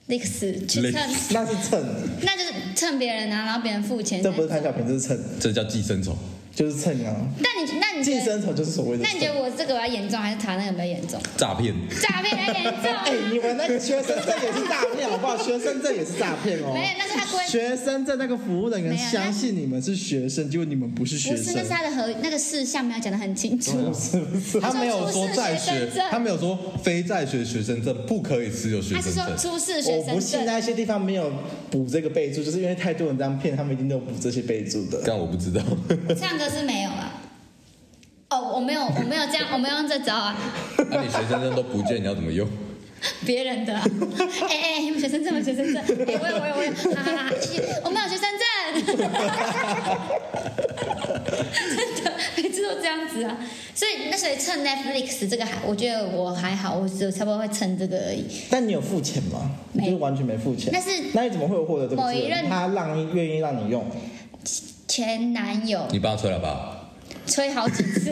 Speaker 3: Netflix 去蹭，
Speaker 2: 那是蹭，
Speaker 3: 那就是蹭别人啊，然后别人付钱。
Speaker 2: 这不是
Speaker 3: 但
Speaker 2: 贪小便宜，这是蹭，
Speaker 1: 这叫寄生虫。
Speaker 2: 就是蹭啊！
Speaker 3: 你那你觉
Speaker 2: 寄
Speaker 3: 得
Speaker 2: 生虫就是所谓的
Speaker 3: 那你觉
Speaker 2: 蹭。
Speaker 3: 得我这个我要严重还是他那个没有严重？
Speaker 1: 诈骗，
Speaker 3: 诈骗还严重啊？
Speaker 2: 哎、你们那个学生证也是诈骗，好不 好？学生证也是诈骗哦。
Speaker 3: 没有，那是他规
Speaker 2: 学生证那个服务人员
Speaker 3: 没有那
Speaker 2: 相信你们是学生，结果你们不是学
Speaker 3: 不是，
Speaker 2: 生
Speaker 3: 那是，他的合那个事项没有讲得很清楚。
Speaker 1: 哦
Speaker 2: 是不是？
Speaker 1: 他没有说在
Speaker 3: 出示学
Speaker 1: 学
Speaker 3: 生证，
Speaker 1: 他没有说非在学学生证不可以持有学
Speaker 3: 他是
Speaker 1: 生
Speaker 3: 说
Speaker 1: 证。哦
Speaker 3: 出示学
Speaker 2: 我不
Speaker 3: 生
Speaker 2: 信
Speaker 3: 证，
Speaker 2: 那些地方没有补这个备注，就是因为太多人这样骗，他们一定都有补这些备注的。
Speaker 1: 但我不知道，
Speaker 3: 唱歌是没有啊。哦，我没有，我没有这样，我没有用这招啊，
Speaker 1: 那你学生证都不见，你要怎么用？
Speaker 3: 别 人的、啊。哎哎，你们学生证，我们学生证，哎、我有，我有，我有，哈哈哈哈，谢谢我没有学生证， 真的，每次都这样子啊。所以那所以蹭 Netflix 这个还，我觉得我还好，我只有差不多会蹭这个而已。
Speaker 2: 但你有付钱吗？你
Speaker 3: 没
Speaker 2: 就是完全没付钱。
Speaker 3: 但是
Speaker 2: 那你怎么会有获得这个
Speaker 3: 某
Speaker 2: 资
Speaker 3: 一
Speaker 2: 源？
Speaker 3: 任
Speaker 2: 他让你愿意让你用，
Speaker 3: 前男友
Speaker 1: 你帮他吹喇叭，
Speaker 3: 吹好 几次。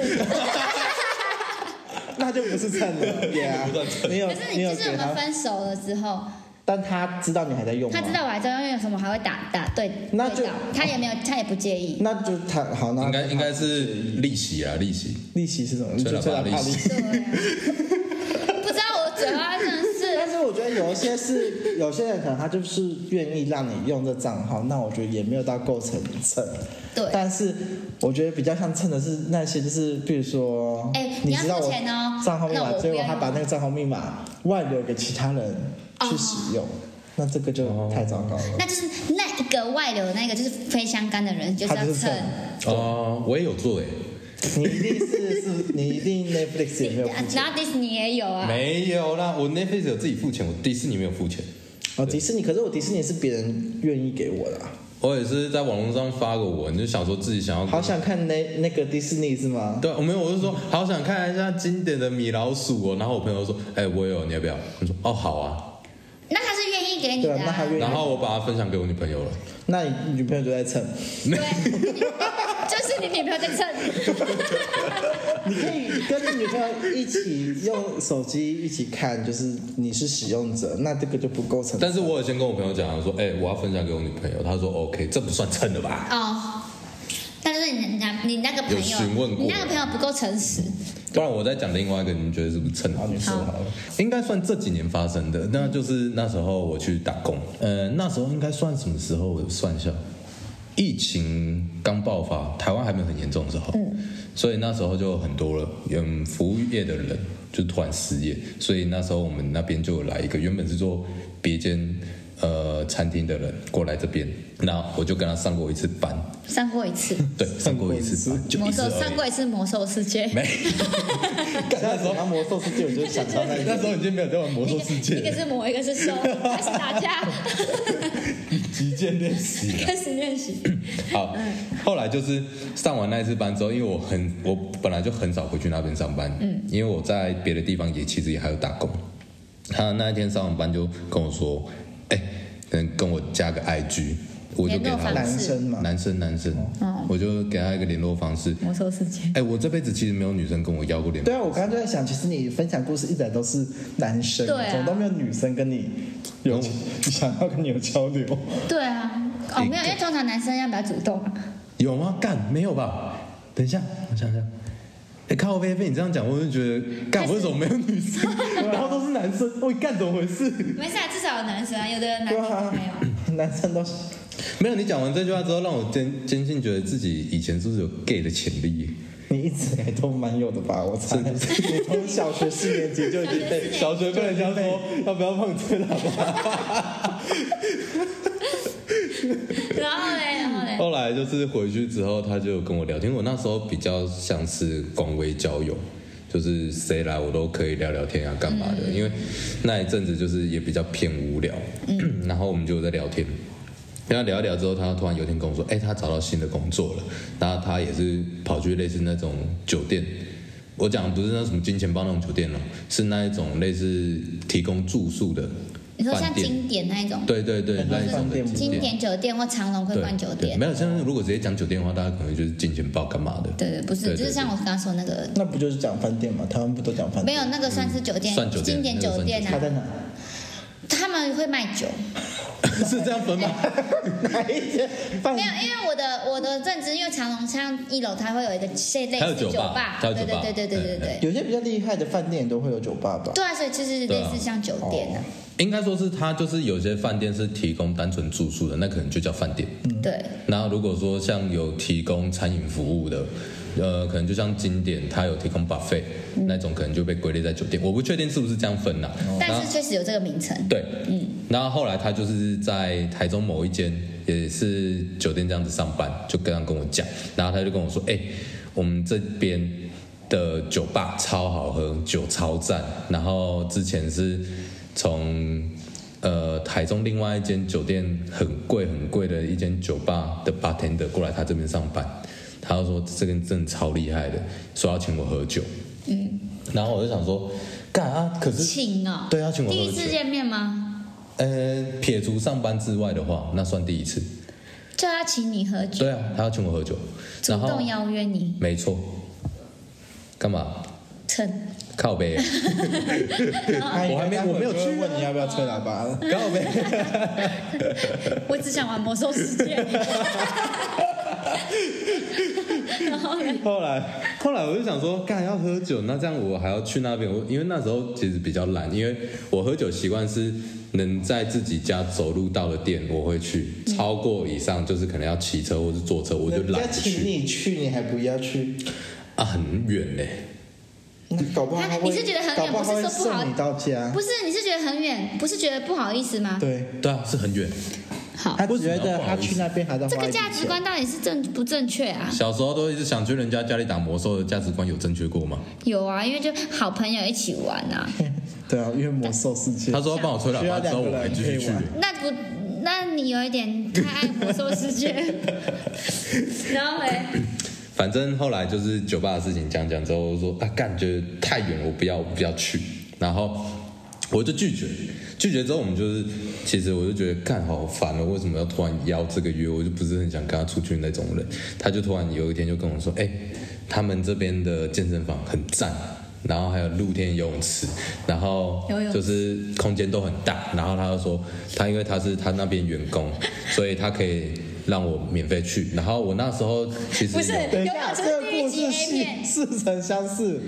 Speaker 2: 那就不是蹭 了，对啊
Speaker 1: 不算。蹭
Speaker 2: 你有
Speaker 3: 可是
Speaker 2: 你
Speaker 3: 你
Speaker 2: 有
Speaker 3: 就是
Speaker 2: 给
Speaker 3: 我
Speaker 2: 他
Speaker 3: 们，分手了之后，
Speaker 2: 但他知道你还在用吗？
Speaker 3: 他知。道我还在，因为有什么还会打打对
Speaker 2: 那
Speaker 3: 对
Speaker 2: 就
Speaker 3: 到，他也没有，他也不介意。
Speaker 2: 那就他好，那
Speaker 1: 应该应该是利息啊，利息。
Speaker 2: 利息是什么？
Speaker 1: 吹喇叭
Speaker 2: 就吹喇
Speaker 1: 利
Speaker 2: 叭
Speaker 1: 息
Speaker 2: 利息。
Speaker 3: 对啊，不知道我嘴巴真的是
Speaker 2: 但是我觉得有一些是有些人可能他就是愿意让你用这账号，那我觉得也没有到构成蹭。
Speaker 3: 对。
Speaker 2: 但是我觉得比较像蹭的是那些，就是比如说，
Speaker 3: 哎
Speaker 2: 你
Speaker 3: 你要
Speaker 2: 知道
Speaker 3: 付
Speaker 2: 我
Speaker 3: 钱哦
Speaker 2: 账号密
Speaker 3: 那
Speaker 2: 码，
Speaker 3: 我
Speaker 2: 结
Speaker 3: 不
Speaker 2: 果
Speaker 3: 要
Speaker 2: 他把那个账号密码外流给其他人去使用，
Speaker 3: 哦
Speaker 2: 那这个就
Speaker 1: 哦
Speaker 2: 太糟糕了。
Speaker 3: 那就是那一个外流的那个，就是非相干的人，就是
Speaker 2: 他
Speaker 3: 要
Speaker 2: 就是
Speaker 3: 蹭
Speaker 2: 蹭。
Speaker 1: 哦，我也有做哎、
Speaker 2: 你一定是是，你一定 Netflix 也没有付钱
Speaker 3: 然后迪士尼也有啊，
Speaker 1: 没有啦，我 Netflix 有自己付钱，我迪士尼没有付钱。
Speaker 2: 哦，迪士尼，可是我迪士尼是别人愿意给我的、啊，
Speaker 1: 我也是在网络上发个文，就想说自己想要。
Speaker 2: 好想看那那个迪士尼是吗？
Speaker 1: 对，我没有，我是说好想看一下经典的米老鼠哦。然后我朋友说，哎、我也有，你要不要？我说哦，好啊。
Speaker 3: 那他是愿意给你
Speaker 2: 对
Speaker 3: 的
Speaker 2: 啊，那
Speaker 3: 啊
Speaker 2: 他。愿
Speaker 1: 然
Speaker 2: 意，
Speaker 1: 后我把它分享给我女朋友了。
Speaker 2: 那你女朋友就在蹭。
Speaker 3: 对，就是你女朋友在蹭。
Speaker 2: 你可以跟女朋友一起用手机一起看，就是你是使用者，那这个就不构成。
Speaker 1: 但是我有先跟我朋友讲，我说，哎、我要分享给我女朋友。他说 OK，这不算蹭的吧？
Speaker 3: 哦，但是你那你那个朋
Speaker 1: 有
Speaker 3: 友
Speaker 1: 询问，过
Speaker 3: 你那个朋友不够诚实。
Speaker 1: 不然我再讲另外一个，你们觉得是不是蹭？
Speaker 2: 好，你说好了。
Speaker 1: 应该算这几年发生的，那就是那时候我去打工，呃，那时候应该算什么时候？我算一下，疫情刚爆发，台湾还没有很严重的时候，所以那时候就很多了，嗯，服务业的人就突然失业，所以那时候我们那边就有来一个原本是做别间呃餐厅的人过来这边，那我就跟他上过一次班，
Speaker 3: 上过一次，
Speaker 1: 对，上过一次班，就
Speaker 3: 魔
Speaker 1: 一次
Speaker 3: 兽上
Speaker 1: 而
Speaker 3: 过一次魔兽世界
Speaker 1: 已，。 没，
Speaker 2: 现在讲到魔兽世界，我就 想到那
Speaker 1: 那
Speaker 2: 个
Speaker 1: 时候已经没有在玩魔兽世界
Speaker 3: 一个
Speaker 1: 了，
Speaker 3: 是魔，一个是 兽，开始打架，
Speaker 1: 极限练习啊。
Speaker 3: 开始练习。
Speaker 1: 好，后来就是上完那一次班之后，因为我很我本来就很少回去那边上班，嗯，因为我在别的地方也其实也还有打工。他那一天上完班就跟我说：“哎、能跟我加个 IG？” 我就给
Speaker 3: 联络
Speaker 1: 他
Speaker 3: 方式哦
Speaker 2: 男生嘛，
Speaker 1: 男生男生，我就给他一个联络方式。
Speaker 3: 魔兽世界，
Speaker 1: 哎、我这辈子其实没有女生跟我要过联
Speaker 2: 对
Speaker 1: 络，
Speaker 2: 啊，我刚刚就在想，其实你分享故事一直都是男生，
Speaker 3: 对啊
Speaker 2: 总都没有女生跟你有想要跟你有交流。
Speaker 3: 对啊，哦没有，因为通常男生要比较主动啊，
Speaker 1: 有吗？干没有吧？等一下，我想想。哎、靠背被你这样讲，我就觉得干，我为什么没有女生？
Speaker 2: 啊
Speaker 1: 然后都是男生，我干怎么回事？
Speaker 3: 没事啊，至少有男生啊，有的人男
Speaker 2: 对
Speaker 3: 生
Speaker 2: 啊
Speaker 3: 没有。，
Speaker 2: 男生都是
Speaker 1: 没有，你讲完这句话之后，让我坚坚信觉得自己以前是不是有 gay 的潜力？
Speaker 2: 你一直来都蛮有的吧？我猜，你从小学四年级就已经 被
Speaker 1: 小学被人家说要不要放吹喇叭，
Speaker 3: 然后嘞，然 后嘞，
Speaker 1: 后来就是回去之后，他就跟我聊天。我那时候比较像是广为交友，就是谁来我都可以聊聊天啊，干嘛的？
Speaker 3: 嗯
Speaker 1: 因为那一阵子就是也比较偏无聊，
Speaker 3: 嗯
Speaker 1: 然后我们就有在聊天。跟他聊一聊之后，他突然有一天跟我说：“哎、他找到新的工作了。”然后他也是跑去类似那种酒店，我讲的不是那什么金钱豹那种酒店哦，是那一种类似提供住宿的
Speaker 3: 你说
Speaker 1: 饭
Speaker 3: 像
Speaker 1: 店。
Speaker 3: 经典那一种，
Speaker 1: 对对对，那一种的
Speaker 2: 饭
Speaker 3: 经典酒店或长隆会
Speaker 1: 对
Speaker 3: 换酒
Speaker 1: 对，
Speaker 3: 店
Speaker 1: 没，有像是如果直接讲酒店的话，大家可能就是金钱豹干嘛的。
Speaker 3: 对对，不
Speaker 1: 对
Speaker 3: 是，
Speaker 1: 对
Speaker 3: 就是像我刚刚说那个，
Speaker 2: 那不就是讲饭店吗？台湾不都讲饭
Speaker 3: 没
Speaker 2: 店？
Speaker 3: 有那个算是酒
Speaker 1: 嗯
Speaker 3: 店，
Speaker 1: 算酒店
Speaker 3: 经典酒店
Speaker 2: 他
Speaker 3: 啊，
Speaker 2: 在哪？
Speaker 3: 他们会卖酒，
Speaker 1: 是这样分吗？
Speaker 2: 哪一间饭
Speaker 3: 没
Speaker 2: 店？
Speaker 3: 有，因为我的我的认知，因为长隆像一楼它会有一个这类
Speaker 1: 还有
Speaker 3: 似
Speaker 1: 酒吧还
Speaker 3: 对
Speaker 1: 有
Speaker 3: 对
Speaker 1: 酒吧
Speaker 3: 对对对对对对，
Speaker 2: 有些比较厉害的饭店都会有酒吧吧？
Speaker 3: 对啊，所以就是
Speaker 1: 对
Speaker 3: 类
Speaker 1: 啊
Speaker 3: 似像酒
Speaker 2: 哦
Speaker 3: 店啊，
Speaker 1: 应该说是他就是有些饭店是提供单纯住宿的，那可能就叫饭店。
Speaker 3: 对，
Speaker 1: 然后如果说像有提供餐饮服务的，呃，可能就像经典，它有提供 buffet、那
Speaker 3: 嗯
Speaker 1: 种，可能就被归类在酒店。我不确定是不是这样分啦、然
Speaker 3: 但
Speaker 1: 后
Speaker 3: 是确实有这个名称，
Speaker 1: 对，嗯，然后后来他就是在台中某一间也是酒店这样子上班，就跟他跟我讲，然后他就跟我说，哎、我们这边的酒吧超好喝，酒超赞，然后之前是从。呃，台中另外一间酒店很贵很贵的一间酒吧的 bartender 过来他这边上班，他就说这个人真的超厉害的，说要请我喝酒，嗯，然后我就想说，干啊，可是
Speaker 3: 请哦，
Speaker 1: 对啊请我喝
Speaker 3: 第一次
Speaker 1: 酒
Speaker 3: 见面吗？
Speaker 1: 呃，撇除上班之外的话，那算第一次。
Speaker 3: 就要请你喝酒，
Speaker 1: 对啊，他要请我喝酒，
Speaker 3: 主
Speaker 1: 然后
Speaker 3: 动邀约你，
Speaker 1: 没错，干嘛？
Speaker 3: 趁
Speaker 1: 靠 背，
Speaker 2: 我
Speaker 1: 我还没我没有去啊
Speaker 2: 问你要不要吹喇叭？
Speaker 1: 靠背。
Speaker 3: 我只想玩魔兽世 界，然后呢？
Speaker 1: 后来，后来我就想说，干要喝酒，那这样我还要去那边。我因为那时候其实比较懒，因为我喝酒习惯是能在自己家走路到的店，我会去。
Speaker 3: 嗯
Speaker 1: 超过以上就是可能要骑车或是坐车，我就
Speaker 2: 人
Speaker 1: 懒
Speaker 2: 家
Speaker 1: 得
Speaker 2: 请
Speaker 1: 去
Speaker 2: 你去，你还不要去？
Speaker 1: 啊，很远嘞、
Speaker 2: 那搞不好他会
Speaker 3: 你是觉得很远
Speaker 2: 搞不好他会
Speaker 3: 不是说不好
Speaker 2: 送你到家
Speaker 3: 不？是，你是觉得很远，不是觉得不好意思吗？
Speaker 2: 对，
Speaker 1: 对啊，是很远。
Speaker 3: 好，
Speaker 2: 他
Speaker 1: 为什么
Speaker 2: 觉
Speaker 1: 要
Speaker 2: 得
Speaker 1: 不好
Speaker 2: 他
Speaker 1: 意思
Speaker 2: 去那边还在
Speaker 3: 这
Speaker 2: 花
Speaker 3: 个
Speaker 2: 一笔
Speaker 3: 价值
Speaker 2: 钱
Speaker 3: 观到底是正不正确啊？
Speaker 1: 小时候都一直想去人家家里打魔兽的价值观有正确过吗？
Speaker 3: 有啊，因为就好朋友一起玩啊，
Speaker 2: 对啊，因为魔兽世界
Speaker 1: 他，说要帮我吹喇叭之后，我还继续去。
Speaker 3: 那不，那你有一点太爱魔兽世界， 然后嘞，
Speaker 1: 反正后来就是酒吧的事情讲讲之后，我就说啊，干觉得太远，我不要，我不要去。然后我就拒绝，拒绝之后我们就是，其实我就觉得干好烦哦了，为什么要突然邀这个约？我就不是很想跟他出去那种人。他就突然有一天就跟我说，哎、他们这边的健身房很赞。然后还有露天游泳池，然后
Speaker 3: 游泳池
Speaker 1: 就是空间都很大。然后他就说，他因为他是他那边员工，所以他可以让我免费去。然后我那时候其实
Speaker 3: 不是
Speaker 1: 有
Speaker 2: 等一
Speaker 3: 有没
Speaker 2: 下，
Speaker 3: 有
Speaker 2: 这
Speaker 3: 这
Speaker 2: 个
Speaker 3: 是
Speaker 2: 故事
Speaker 3: 第一集 A
Speaker 2: 似
Speaker 3: 片
Speaker 2: 似曾相识，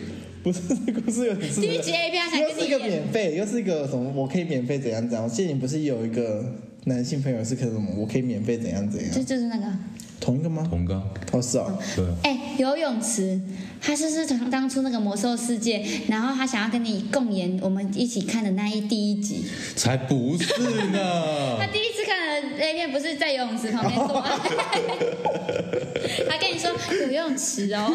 Speaker 2: 不是这故事有点似曾
Speaker 3: 第一集 A 片还
Speaker 2: 又
Speaker 3: 跟
Speaker 2: 是
Speaker 3: 你
Speaker 2: 一个
Speaker 3: 演
Speaker 2: 免费，又是一个什么？我可以免费怎样怎样？我记得你不是有一个男性朋友是可以什么？我可以免费怎样怎
Speaker 3: 就
Speaker 2: 样？
Speaker 3: 就是那个。啊
Speaker 2: 同一个吗？
Speaker 1: 同高，
Speaker 2: 哦，是哦，
Speaker 1: 对啊，
Speaker 3: 哎、游泳池，他是不是当当初那个魔兽世界，然后他想要跟你共演我们一起看的那一第一集，
Speaker 1: 才不是
Speaker 3: 他
Speaker 1: 呢。
Speaker 3: 第一次看的 A 片不是在游泳池旁边做爱，他跟你说有游泳池哦，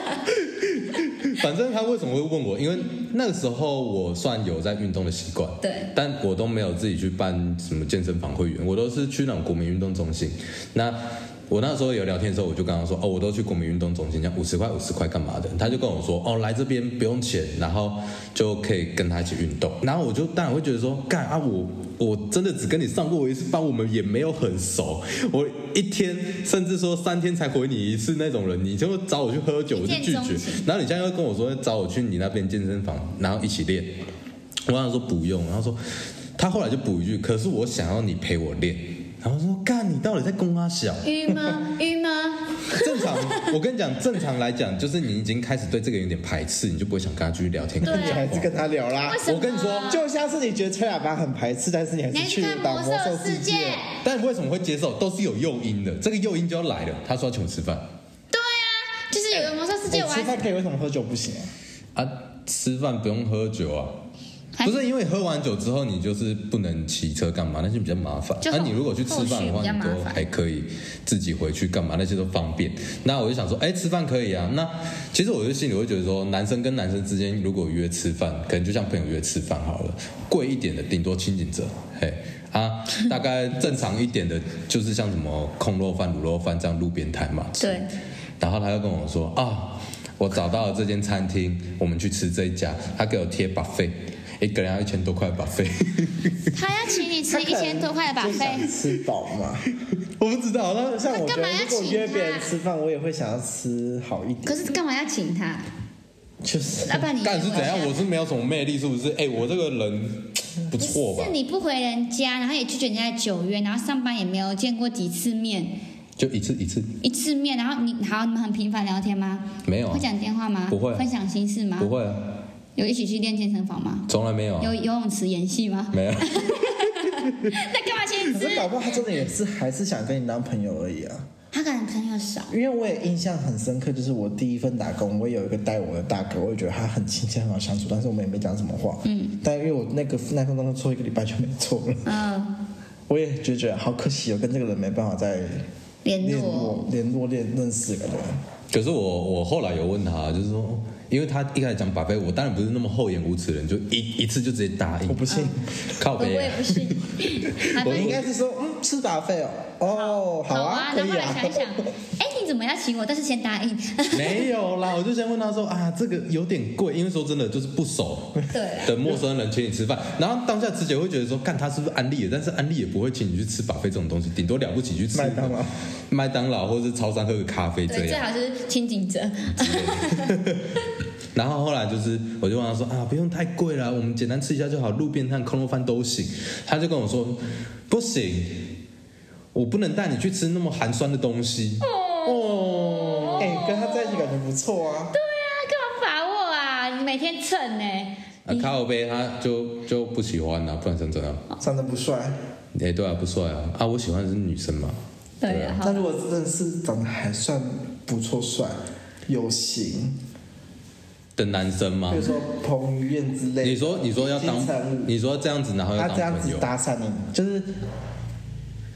Speaker 1: 反正他为什么会问我？因为那个时候我算有在运动的习惯，
Speaker 3: 对，
Speaker 1: 但我都没有自己去办什么健身房会员，我都是去那种国民运动中心。那我那时候有聊天的时候，我就跟他说，哦，我都去国民运动中心，这样五十块五十块干嘛的？他就跟我说，哦，来这边不用钱，然后就可以跟他一起运动。然后我就当然会觉得说，干啊，我我真的只跟你上过一次班，我们也没有很熟，我一天甚至说三天才回你一次那种人，你就找我去喝酒，我就
Speaker 3: 一见
Speaker 1: 拒绝
Speaker 3: 钟情。
Speaker 1: 然后你现在又跟我说找我去你那边健身房，然后一起练。我跟他说不用，然后说他后来就补一句，可是我想要你陪我练。然后说干，你到底在攻他小？
Speaker 3: 晕吗？晕吗？
Speaker 1: 正 常，我跟你讲，正常来讲，就是你已经开始对这个有点排斥，你就不会想跟他继续聊天。
Speaker 3: 对
Speaker 1: 跟他
Speaker 2: 你还是跟他聊啦
Speaker 3: 为。什么啊？
Speaker 1: 我跟你说
Speaker 2: 就像是你觉得吹喇叭很排斥，但是你还
Speaker 3: 你还
Speaker 2: 是
Speaker 3: 去
Speaker 2: 去
Speaker 3: 看
Speaker 2: 打
Speaker 3: 魔
Speaker 2: 魔兽
Speaker 3: 兽世
Speaker 2: 世
Speaker 3: 界？
Speaker 2: 界。
Speaker 1: 但为什么会接受，都是有诱因的。这个诱因就要来了，他说要请我吃饭
Speaker 3: 对啊，就是有个魔兽世
Speaker 2: 你
Speaker 3: 界，我还
Speaker 2: 哎吃
Speaker 3: 是
Speaker 1: 啊
Speaker 2: 饭可以，为什么喝酒不行啊？
Speaker 1: 啊，吃饭不用喝酒啊，
Speaker 3: 还
Speaker 1: 不是因为喝完酒之后你就是不能骑车干嘛，那就比较麻烦。
Speaker 3: 就
Speaker 1: 那、
Speaker 3: 后
Speaker 1: 你如果去吃饭的
Speaker 3: 后续比
Speaker 1: 话，
Speaker 3: 较
Speaker 1: 你
Speaker 3: 麻
Speaker 1: 都
Speaker 3: 烦
Speaker 1: 还可以自己回去干嘛，那些都方便。那我就想说，哎、吃饭可以啊。那其实我就心里会觉得说，男生跟男生之间如果约吃饭，可能就像朋友约吃饭好了，贵一点的顶多清景者，嘿。啊，大概正常一点的，就是像什么空肉饭、卤肉饭这样路边摊嘛，
Speaker 3: 对，
Speaker 1: 然后他就跟我说啊，我找到了这间餐厅，我们去吃这一家，他给我贴 buffet，一个人要一千多块 buffet，
Speaker 3: 他要请你吃一千多块的把
Speaker 2: 就想
Speaker 3: 费，
Speaker 2: 吃饱嘛。
Speaker 1: 我不知道，
Speaker 2: 就
Speaker 1: 那
Speaker 2: 像我觉
Speaker 3: 干嘛
Speaker 2: 得，
Speaker 3: 要
Speaker 2: 如果
Speaker 3: 请
Speaker 2: 约别
Speaker 3: 他
Speaker 2: 人吃饭，我也会想要吃好一点。
Speaker 3: 可是干啊嘛要请他？
Speaker 2: 就是
Speaker 3: 老板你
Speaker 1: 干是怎样？
Speaker 3: 回家
Speaker 1: 我是没有什么魅力，是不是？哎，我这个人不错吧
Speaker 3: 是？你不回人家，然后也拒绝人家的酒约，然后上班也没有见过几次面，
Speaker 1: 就一次一次，
Speaker 3: 一次面，然后你好，你们很频繁聊天吗？
Speaker 1: 没有啊
Speaker 3: 会讲电话吗？
Speaker 1: 不会啊
Speaker 3: 分享心事吗？
Speaker 1: 不会啊，
Speaker 3: 有一起去练健身房吗？
Speaker 1: 从来没有啊，
Speaker 3: 有游泳池演戏吗？
Speaker 1: 没有，
Speaker 3: 那干嘛请你
Speaker 2: 可是
Speaker 3: 吃？
Speaker 2: 搞不好他真的也是还是想跟你当朋友而已啊。
Speaker 3: 他可能朋友少，
Speaker 2: 因为我也印象很深刻，就是我第一份打工，我有一个带我的大哥，我也觉得他很亲切，很好相处，但是我们也没讲什么话。嗯，但因为我那个那份工作做一个礼拜就没做了，
Speaker 3: 嗯，
Speaker 2: 我也就觉得好可惜哦，跟这个人没办法再
Speaker 3: 联
Speaker 2: 联
Speaker 3: 络。
Speaker 2: 络联络认认识个人。
Speaker 1: 可是我我后来有问他，就是说，因为他一开始讲 buffet，我当然不是那么厚颜无耻的人，就一一次就直接答
Speaker 2: 我
Speaker 1: 应，
Speaker 2: 不信，
Speaker 1: 靠
Speaker 3: 我
Speaker 1: 背
Speaker 3: 也
Speaker 1: 啊，
Speaker 3: 不信，还
Speaker 2: 我
Speaker 3: 被
Speaker 2: 应该是说，嗯，吃打费哦，哦，
Speaker 3: 好
Speaker 2: 啊，可
Speaker 3: 然后后
Speaker 2: 以
Speaker 3: 来
Speaker 2: 啊。
Speaker 3: 想一想， 哎，你怎么要请我？但是先答应，
Speaker 1: 没有啦，我就先问他说啊，这个有点贵，因为说真的就是不熟，
Speaker 3: 对，
Speaker 1: 等陌生人请你吃饭，然后当下直觉会觉得说，看他是不是安利的，但是安利也不会请你去吃把费这种东西，顶多了不起去吃
Speaker 2: 麦当劳、
Speaker 1: 麦当劳或是超商喝个咖啡这
Speaker 3: 对，最
Speaker 1: 样。
Speaker 3: 好是亲近者，
Speaker 1: 然后后来就是，我就问他说啊，不用太贵了，我们简单吃一下就好，路边摊、空肉饭都行。他就跟我说，不行，我不能带你去吃那么寒酸的东西。啊哦，
Speaker 2: 哎、跟他在一起感觉不错啊。
Speaker 3: 干嘛罚我啊？你每天蹭欸呢？
Speaker 1: 啊，靠呗，他就就不喜欢啊，不然想怎样？
Speaker 2: 长得不帅，
Speaker 1: 哎、对啊，不帅啊，啊，我喜欢的是女生嘛。
Speaker 3: 对啊，好
Speaker 2: 但如果真的是长得还算不错，帅有型，
Speaker 1: 的男生吗
Speaker 2: 比如？说彭于晏之类的，
Speaker 1: 你说你说要当
Speaker 2: 金城武，
Speaker 1: 你说这样子，然后要
Speaker 2: 他这
Speaker 1: 当
Speaker 2: 样
Speaker 1: 朋
Speaker 2: 子
Speaker 1: 友，
Speaker 2: 搭讪你，就是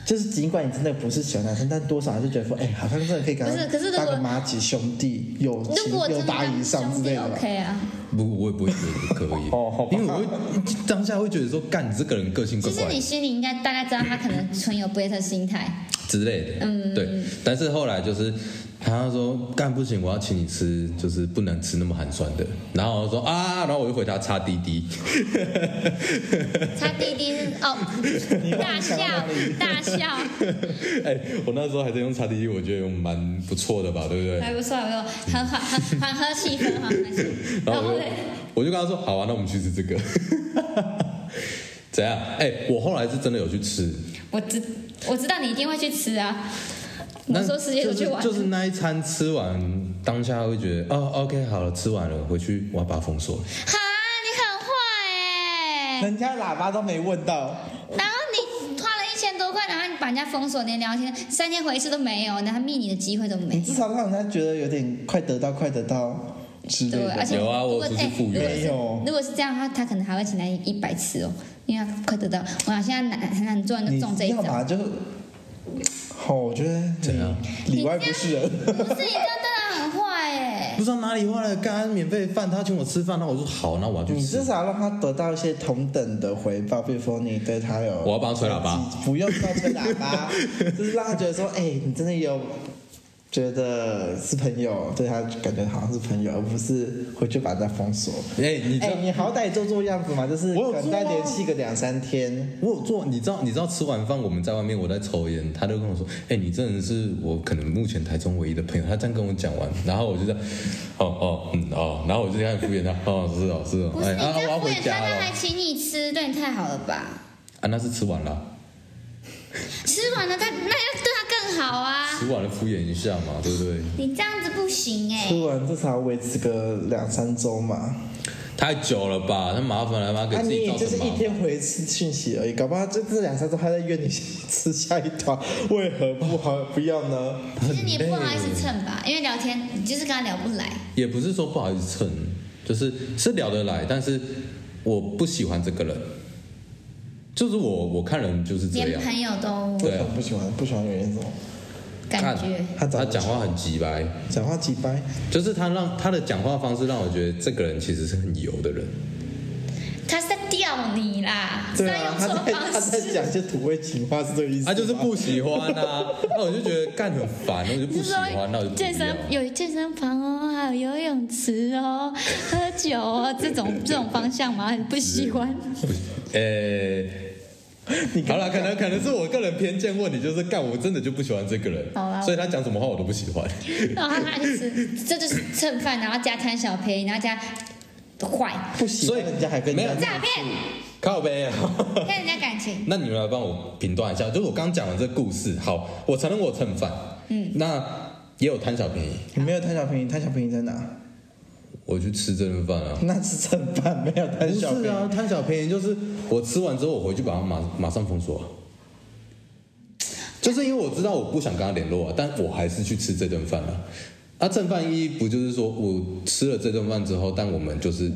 Speaker 2: 就是，尽管你真的不是喜欢男生，但多少还是觉得说，哎、好像真的可以跟
Speaker 3: 不是可是
Speaker 2: 他
Speaker 3: 如
Speaker 2: 当
Speaker 3: 果
Speaker 2: 个妈几兄弟，有
Speaker 3: 如
Speaker 2: 情
Speaker 3: 果真
Speaker 2: 有
Speaker 3: 的
Speaker 2: 达以上之类的吧。，
Speaker 3: ，OK 啊。
Speaker 1: 不，我也不会觉得可以
Speaker 2: 哦好吧
Speaker 1: 因为我会当下会觉得说，干你这个人个性怪
Speaker 3: 其实
Speaker 1: 怪
Speaker 3: 你
Speaker 1: 的
Speaker 3: 心里应该大概知道他可能存有不 e t 心态，
Speaker 1: 之类的，嗯，对。但是后来就是他说干不行，我要请你吃，就是不能吃那么寒酸的。然后我就说啊，然后我就回他擦滴滴，
Speaker 3: 他弟弟是哦，大笑大笑，
Speaker 1: 哎、我那时候还在用擦滴滴，我觉得蛮不错的吧，对不对？
Speaker 3: 哎还不错，还不错，很好，很缓和气氛，缓和气氛。
Speaker 1: 然后我就
Speaker 3: 嘞
Speaker 1: 我就跟他说，好啊，那我们去吃这个。 怎样？哎、我后来是真的有去吃，
Speaker 3: 我知我知道你一定会去吃啊，
Speaker 1: 那
Speaker 3: 魔兽世界
Speaker 1: 就
Speaker 3: 都
Speaker 1: 是
Speaker 3: 去玩了，
Speaker 1: 就是那一餐吃完，当下会觉得哦，OK，好了，吃完了，回去我要把它封锁。
Speaker 3: 哈，你很坏哎、
Speaker 2: 人家喇叭都没问到，
Speaker 3: 然后你花了一千多块，然后你把人家封锁，连聊天三天回一次都没有，然后密你的机会都没
Speaker 2: 你
Speaker 3: 有。
Speaker 2: 至少让人家觉得有点快得到，快得到之类
Speaker 3: 对，而
Speaker 2: 的。
Speaker 3: 且
Speaker 1: 有啊我
Speaker 3: 如果
Speaker 1: 出去
Speaker 3: 哎
Speaker 1: 赴约
Speaker 3: 如果
Speaker 2: 没
Speaker 3: 是
Speaker 2: 有
Speaker 3: 如果是这样的话，他可能还会请来一百次哦，因为他快得到。我想现在难很难做人
Speaker 2: 你
Speaker 3: 就中这一
Speaker 2: 要
Speaker 3: 招。
Speaker 2: 嘛就，好、我觉得
Speaker 1: 怎样
Speaker 2: 你里外不是人。
Speaker 3: 不是你这样真的很坏 哎、
Speaker 1: 不知道哪里坏了，刚刚免费饭，他请我吃饭，那我说好，那我要去
Speaker 2: 你
Speaker 1: 吃
Speaker 3: 嗯
Speaker 2: 至。少让他得到一些同等的回报，比如说你对他有，
Speaker 1: 我要帮他吹喇叭，
Speaker 3: 嗯
Speaker 2: 不用到吹喇叭，就是让他觉得说，哎、你真的有觉得是朋友，对他感觉好像是朋友，而不是回去把人家封锁。
Speaker 1: 哎、你知
Speaker 2: 哎、
Speaker 1: 道、
Speaker 2: 你好歹做做样子嘛，就是
Speaker 1: 我有
Speaker 2: 可能
Speaker 1: 做
Speaker 2: 再
Speaker 1: 啊
Speaker 2: 联系个两三天，
Speaker 1: 我有做，你知道你知道吃完饭我们在外面我在抽烟，他就跟我说，哎、你真的是我可能目前台中唯一的朋友。他这样跟我讲完，然后我就这样，哦哦嗯哦，然后我就开始敷衍他，哦是哦是哦，
Speaker 3: 不
Speaker 1: 哎
Speaker 3: 是你
Speaker 1: 啊
Speaker 3: 这
Speaker 1: 我要
Speaker 3: 样敷
Speaker 1: 回
Speaker 3: 衍
Speaker 1: 家
Speaker 3: 他，
Speaker 1: 了
Speaker 3: 他还请你吃，对你太好了吧？
Speaker 1: 啊那是吃完 了，
Speaker 3: 吃完了他那要对他更好啊！
Speaker 1: 吃完了敷衍一下嘛，对不对？
Speaker 3: 你这样子不行哎、
Speaker 2: 吃完至少维持个两三周嘛。
Speaker 1: 太久了吧？那麻烦了，妈给
Speaker 2: 啊，
Speaker 1: 自
Speaker 2: 你
Speaker 1: 己
Speaker 2: 也
Speaker 1: 造
Speaker 2: 就
Speaker 1: 成
Speaker 2: 是
Speaker 1: 麻
Speaker 2: 一
Speaker 1: 烦。
Speaker 2: 天回一次讯息而已，搞不好就这两三周他在约你 吃下一团，为何不好不要呢？
Speaker 3: 其实你也不好意思蹭吧，因为聊天你就是跟他聊不来。
Speaker 1: 也不是说不好意思蹭，就是是聊得来，但是我不喜欢这个人，就是我我看人就是这
Speaker 3: 连
Speaker 1: 样，
Speaker 3: 朋友都
Speaker 1: 啊对啊
Speaker 2: 我不喜欢不喜欢原因是什么？
Speaker 3: 感觉
Speaker 1: 他他
Speaker 2: 他长得
Speaker 1: 讲话很直白，
Speaker 2: 讲话几掰，
Speaker 1: 就是他让他的讲话方式让我觉得这个人其实是很油的人，
Speaker 3: 他是在吊你啦，是
Speaker 2: 对
Speaker 3: 在
Speaker 2: 啊
Speaker 3: 用，
Speaker 2: 他
Speaker 3: 错
Speaker 2: 在
Speaker 3: 方
Speaker 2: 他在
Speaker 3: 式。
Speaker 2: 讲一些土味情话啊是这个意思吗。
Speaker 1: 他啊就是不喜欢啊，那我就觉得干很烦，我就不
Speaker 3: 就
Speaker 1: 喜
Speaker 2: 啊
Speaker 3: 是
Speaker 1: 欢，那我就
Speaker 3: 说
Speaker 1: 不
Speaker 3: 健身
Speaker 1: 要
Speaker 3: 有健身房哦，还有游泳池哦，喝酒哦，这种这种方向嘛，你不 喜欢？
Speaker 1: 呃、
Speaker 2: 你
Speaker 1: 好了，可能可能是我个人偏见问题，就是干我真的就不喜欢这个人
Speaker 3: 好啦，
Speaker 1: 所以他讲什么话我都不喜欢。
Speaker 3: 然后他就是这就是蹭饭，然后加贪小便宜，然后加坏，
Speaker 2: 不喜
Speaker 1: 所
Speaker 2: 欢
Speaker 1: 以
Speaker 2: 人家还跟人
Speaker 1: 没有
Speaker 2: 家
Speaker 3: 诈骗，
Speaker 1: 靠背啊！
Speaker 3: 骗人家感情。
Speaker 1: 那你们来帮我评断一下，就是我刚讲的这故事，好，我承认我蹭饭，嗯，那也有贪小便宜，
Speaker 2: 你没有贪小便宜，贪小便宜在哪？
Speaker 1: 我去吃这顿饭啊。
Speaker 2: 那是正版，没有贪小
Speaker 1: 不
Speaker 2: 便
Speaker 1: 是
Speaker 2: 宜。
Speaker 1: 啊，贪小便宜就是我吃完之后，我回去把它马马上封锁啊、就是因为我知道我不想跟他联络啊，但我还是去吃这顿饭了、啊。啊，正饭一不就是说我吃了这顿饭之后，但我们就是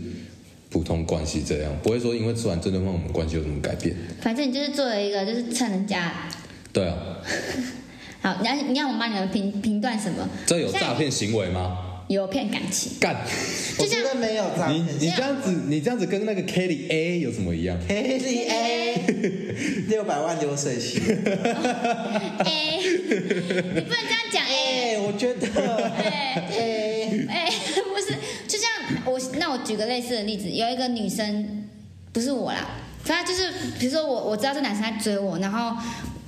Speaker 1: 普通关系这样，不会说因为吃完这顿饭我们关系有什么改变。
Speaker 3: 反正你就是做了一个，就是蹭人家。
Speaker 1: 对啊，
Speaker 3: 好，你要你要我帮你们评评断什么？
Speaker 1: 这有诈骗行为吗？
Speaker 3: 有骗感 情，
Speaker 1: 干！
Speaker 2: 我
Speaker 3: 就像
Speaker 2: 觉得没有诈
Speaker 1: 你
Speaker 2: 骗。
Speaker 1: 你这样子，你这样子跟那个 Kelly A 有什么一样？
Speaker 2: K D A 六百万流水席，
Speaker 3: 哎，你不能这样讲哎。
Speaker 2: 哎，我觉得
Speaker 3: 哎
Speaker 2: 哎，
Speaker 3: 哎，不是，就像我，那我举个类似的例子，有一个女生，不是我啦，反正就是，比如说我，我知道这男生在追我，然后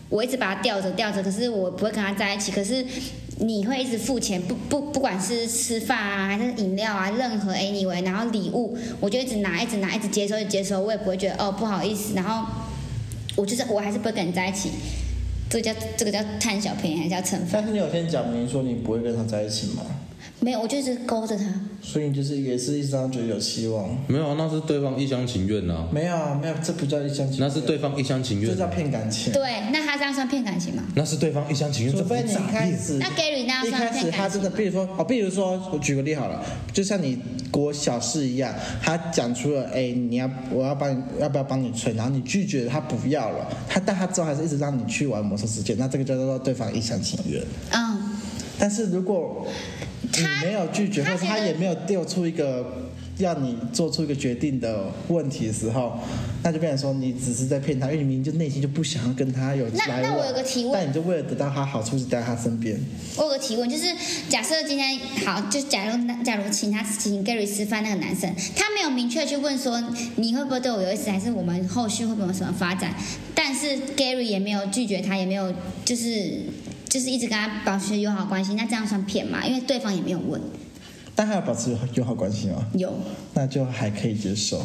Speaker 3: 我一直把他吊着吊着，可是我不会跟他在一起，可是你会一直付钱，不不不管是吃饭啊，还是饮料啊，任何 anyway，然后礼物，我就一直拿，一直拿，一直接收，一直接收，我也不会觉得哦不好意思，然后我就是我还是不会跟你在一起，这个叫这个叫贪小便宜，还是叫惩罚？
Speaker 2: 但是你有先讲明说你不会跟他在一起嘛，
Speaker 3: 没有，我就是勾着他。
Speaker 2: 所以你就是也是一直让觉得有希望。
Speaker 1: 没有啊，那是对方一厢情愿啊，
Speaker 2: 没有啊，没有，这不叫一厢情愿，
Speaker 1: 那是对方一厢情
Speaker 2: 这
Speaker 1: 愿
Speaker 2: 叫，骗感情。
Speaker 3: 对，那他这样算骗感情吗？
Speaker 1: 那是对方一厢情愿，
Speaker 2: 除
Speaker 1: 这不
Speaker 2: 非
Speaker 1: 是
Speaker 2: 你一
Speaker 1: 诈
Speaker 2: 开
Speaker 1: 骗。啊
Speaker 2: 始
Speaker 3: 那 Gary 那
Speaker 2: 一
Speaker 3: 样算
Speaker 2: 开始
Speaker 3: 骗
Speaker 2: 他真
Speaker 3: 感情
Speaker 2: 的，
Speaker 3: 吗？
Speaker 2: 比如说哦，比如说我举个例好了，就像你国小事一样，他讲出了，哎，你要我要帮你要不要帮你吹，然后你拒绝了他不要了，他但他之后还是一直让你去玩魔兽世界，那这个叫做对方一厢情愿。
Speaker 3: 嗯，
Speaker 2: 但是如果你
Speaker 3: 他
Speaker 2: 没有拒绝，
Speaker 3: 他
Speaker 2: 或者
Speaker 3: 觉
Speaker 2: 他
Speaker 3: 得
Speaker 2: 也没有丢出一个让你做出一个决定的问题的时候，那就变成说你只是在骗他，因为你明明就内心就不想要跟他有
Speaker 3: 那
Speaker 2: 来
Speaker 3: 那我
Speaker 2: 往
Speaker 3: 有个提问
Speaker 2: 但你就为了得到他好处，就待在他身边。
Speaker 3: 我有个提问，就是假设今天好，就假如那假如请他请 Gary 吃饭那个男生，他没有明确去问说你会不会对我有意思，还是我们后续会不会有什么发展，但是 Gary 也没有拒绝他，也没有就是就是一直跟他保持友好关系，那这样算骗吗？因为对方也没有问，
Speaker 2: 但还要保持友好友好关系吗？
Speaker 3: 有，
Speaker 2: 那就还可以接受，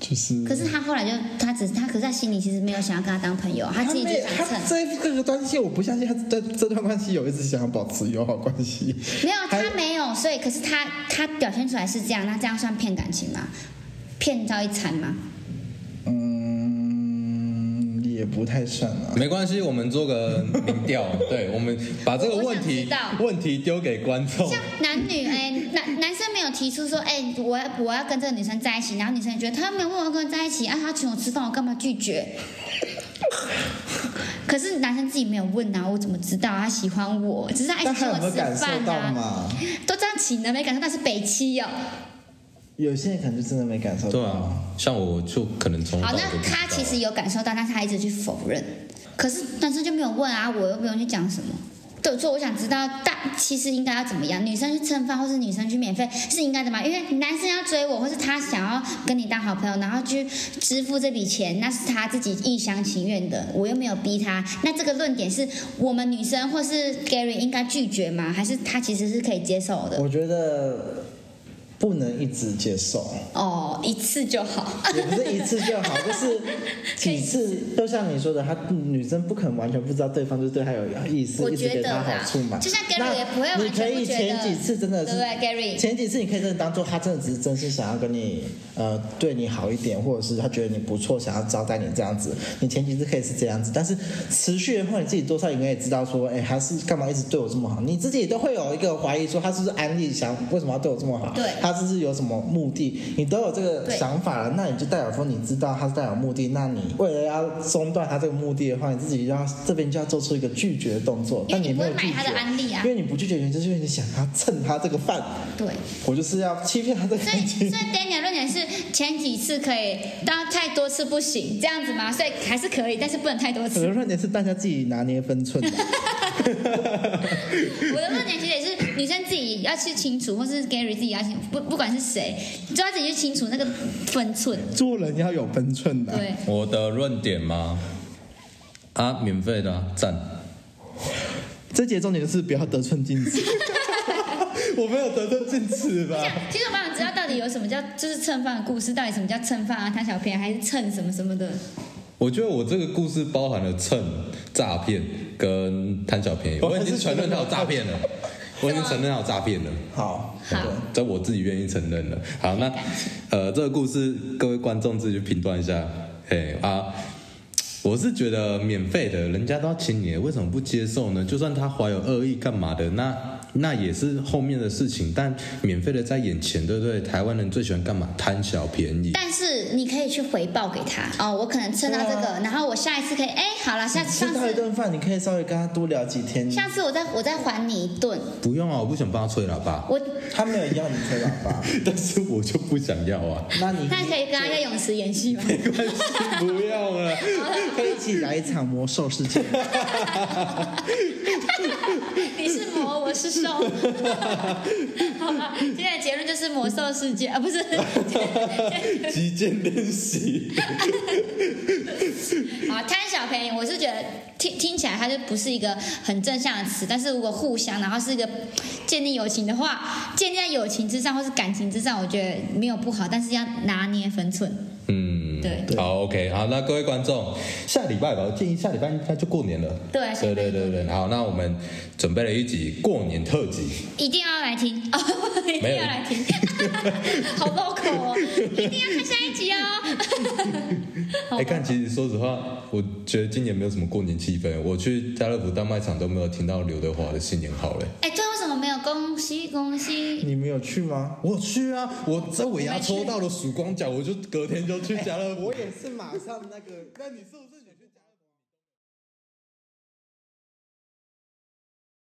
Speaker 2: 就是。
Speaker 3: 可是他后来就他只他可是他心里其实没有想要跟他当朋友，他
Speaker 2: 他
Speaker 3: 自己就
Speaker 2: 没
Speaker 3: 想
Speaker 2: 他
Speaker 3: 蹭。
Speaker 2: 这这个关系，我不相信他在这段关系有一直想要保持友好关系。
Speaker 3: 没有，
Speaker 2: 还
Speaker 3: 他没有，所以可是他他表现出来是这样，那这样算骗感情吗？骗到一餐吗？
Speaker 2: 嗯，也不太算啊。
Speaker 1: 没关系，我们做个民调，啊对，我们把这个问题
Speaker 3: 我想知
Speaker 1: 问题丢给观众
Speaker 3: 像。男女哎、男男生没有提出说哎、我要我要跟这个女生在一起，然后女生也觉得他没有问我要跟他在一起，啊，他请我吃饭，我干嘛拒绝？可是男生自己没有问啊，我怎么知道他喜欢我？只是他一
Speaker 2: 但
Speaker 3: 直
Speaker 2: 他
Speaker 3: 请
Speaker 2: 有
Speaker 3: 我
Speaker 2: 没有感
Speaker 3: 吃
Speaker 2: 受
Speaker 3: 饭
Speaker 2: 到
Speaker 3: 啊，
Speaker 2: 嘛？
Speaker 3: 都这样请了没感受到是北七哦。
Speaker 2: 有些人可能就真的没感受到。
Speaker 1: 对啊，像我就可能从
Speaker 3: 好，
Speaker 1: 小
Speaker 3: 那
Speaker 1: 就不知道
Speaker 3: 他其实有感受到，但是他一直去否认。可是男生就没有问啊，我又没有去讲什么。对，所以我想知道，但其实应该要怎么样？女生去蹭饭，或是女生去免费，是应该的吗？因为男生要追我，或是他想要跟你当好朋友，然后去支付这笔钱，那是他自己一厢情愿的，我又没有逼他。那这个论点是我们女生或是 Gary 应该拒绝吗？还是他其实是可以接受的？
Speaker 2: 我觉得不能一直接受，
Speaker 3: 哦，一次就好。
Speaker 2: 也不是一次就好， 就是几次。就像你说的，她女生不可能完全不知道对方就是对她有意思，
Speaker 3: 我
Speaker 2: 一直
Speaker 3: 觉
Speaker 2: 给
Speaker 3: 得
Speaker 2: 她好
Speaker 3: 啦
Speaker 2: 处嘛。，
Speaker 3: 就像 Gary 也不会
Speaker 2: 那你
Speaker 3: 完
Speaker 2: 可
Speaker 3: 全不
Speaker 2: 以
Speaker 3: 觉得，
Speaker 2: 前几次真的
Speaker 3: 对不
Speaker 2: 是。
Speaker 3: 对，Gary？
Speaker 2: 前几次你可以真的当做他真的只是真心想要跟你，呃，对你好一点，或者是他觉得你不错，想要招待你这样子。你前几次可以是这样子，但是持续的话，你自己多少应该也知道说，哎，他是干嘛一直对我这么好？你自己都会有一个怀疑说，他是不是安利想为什么要对我这么好？
Speaker 3: 对
Speaker 2: 他是不是有什么目的，你都有这个
Speaker 3: 对
Speaker 2: 想法了，那你就代表说你知道他是带有目的，那你为了要中断他这个目的的话，你自己要这边就要做出一个拒绝的动作，
Speaker 3: 因
Speaker 2: 但
Speaker 3: 为你不
Speaker 2: 没有
Speaker 3: 会
Speaker 2: 拒
Speaker 3: 买他的
Speaker 2: 绝，
Speaker 3: 安利啊
Speaker 2: 因，为你不拒绝，原因就是因为你想要蹭他这个饭，
Speaker 3: 对。
Speaker 2: 我就是要欺骗他这个
Speaker 3: 所以，
Speaker 2: 感
Speaker 3: 所以
Speaker 2: 情。
Speaker 3: Daniel 论点是前几次可以，但太多次不行，这样子吗？所以还是可以，但是不能太多
Speaker 2: 我
Speaker 3: 次
Speaker 2: 的。论点是大家自己拿捏分寸的，呃
Speaker 3: 我的论点其实也是女生自己要去清楚，或是 Gary 自己要清，不不管是谁，就要自己去清楚那个分寸。
Speaker 2: 做人要有分寸的、
Speaker 3: 对，
Speaker 1: 我的论点吗？啊，免费的、啊，赞！
Speaker 2: 这节重点就是不要得寸进 尺。我没有得寸进尺吧？
Speaker 3: 其实我蛮想知道到底有什么叫就是蹭饭的故事，到底什么叫蹭饭啊、贪小便宜还是蹭什么什么的。
Speaker 1: 我觉得我这个故事包含了蹭、诈骗跟贪小便宜。
Speaker 2: 我
Speaker 1: 我已经哦承认他有诈骗了，我已经承认他有诈骗了。
Speaker 2: 好，
Speaker 3: 好，
Speaker 1: 这我自己愿意承认了。好，那呃，这个故事各位观众自己去评断一下。嘿啊，我是觉得免费的，人家都要请你，为什么不接受呢？就算他怀有恶意干嘛的，那那也是后面的事情。但免费的在眼前，对不对？台湾人最喜欢干嘛？贪小便宜。
Speaker 3: 但是你可以去回报给他哦，我可能蹭到这
Speaker 2: 对
Speaker 3: 个，然后我下一次可以，哎，好了，下
Speaker 2: 吃
Speaker 3: 上
Speaker 2: 到一
Speaker 3: 次
Speaker 2: 顿饭，你可以稍微跟他多聊几天。
Speaker 3: 下次我再我再还你一顿，
Speaker 1: 不用啊，我不想帮他吹喇叭，
Speaker 3: 我
Speaker 2: 他没有要你吹喇叭，
Speaker 1: 但是我就不想要啊。
Speaker 2: 那你
Speaker 3: 那可以跟他在泳池演戏吗？
Speaker 1: 没关系，不要啊了。
Speaker 2: 可以一起来一场魔兽世 界。
Speaker 3: 你是魔，我是兽。好了，今天的结论就是魔兽世界啊，不是
Speaker 1: 击剑练习。
Speaker 3: 啊，贪小便宜。我是觉得听听起来它就不是一个很正向的词，但是如果互相，然后是一个建立友情的话，建立在友情之上或是感情之上，我觉得没有不好，但是要拿捏分寸。
Speaker 1: 嗯，
Speaker 3: 对
Speaker 1: 好，OK，好，那各位观众，下礼拜吧，我建议下礼拜应该就过年了。
Speaker 3: 对下
Speaker 1: 对
Speaker 3: 礼
Speaker 1: 对
Speaker 3: 拜
Speaker 1: 对对，好，那我们准备了一集过年特辑，
Speaker 3: 一定要来听哦，一定要来听， 好 local 哦，一定要看下一集哦。好
Speaker 1: 哎，看，其实说实话，我觉得今年没有什么过年气氛，我去家乐福大卖场都没有听到刘德华的新年好嘞。
Speaker 3: 哎，对，为什么没有恭喜恭喜？
Speaker 2: 你们有去吗？
Speaker 1: 我去啊！我在尾牙抽到了曙光奖，我就隔天就去家乐福。
Speaker 2: 也是马上那个，那你是不是？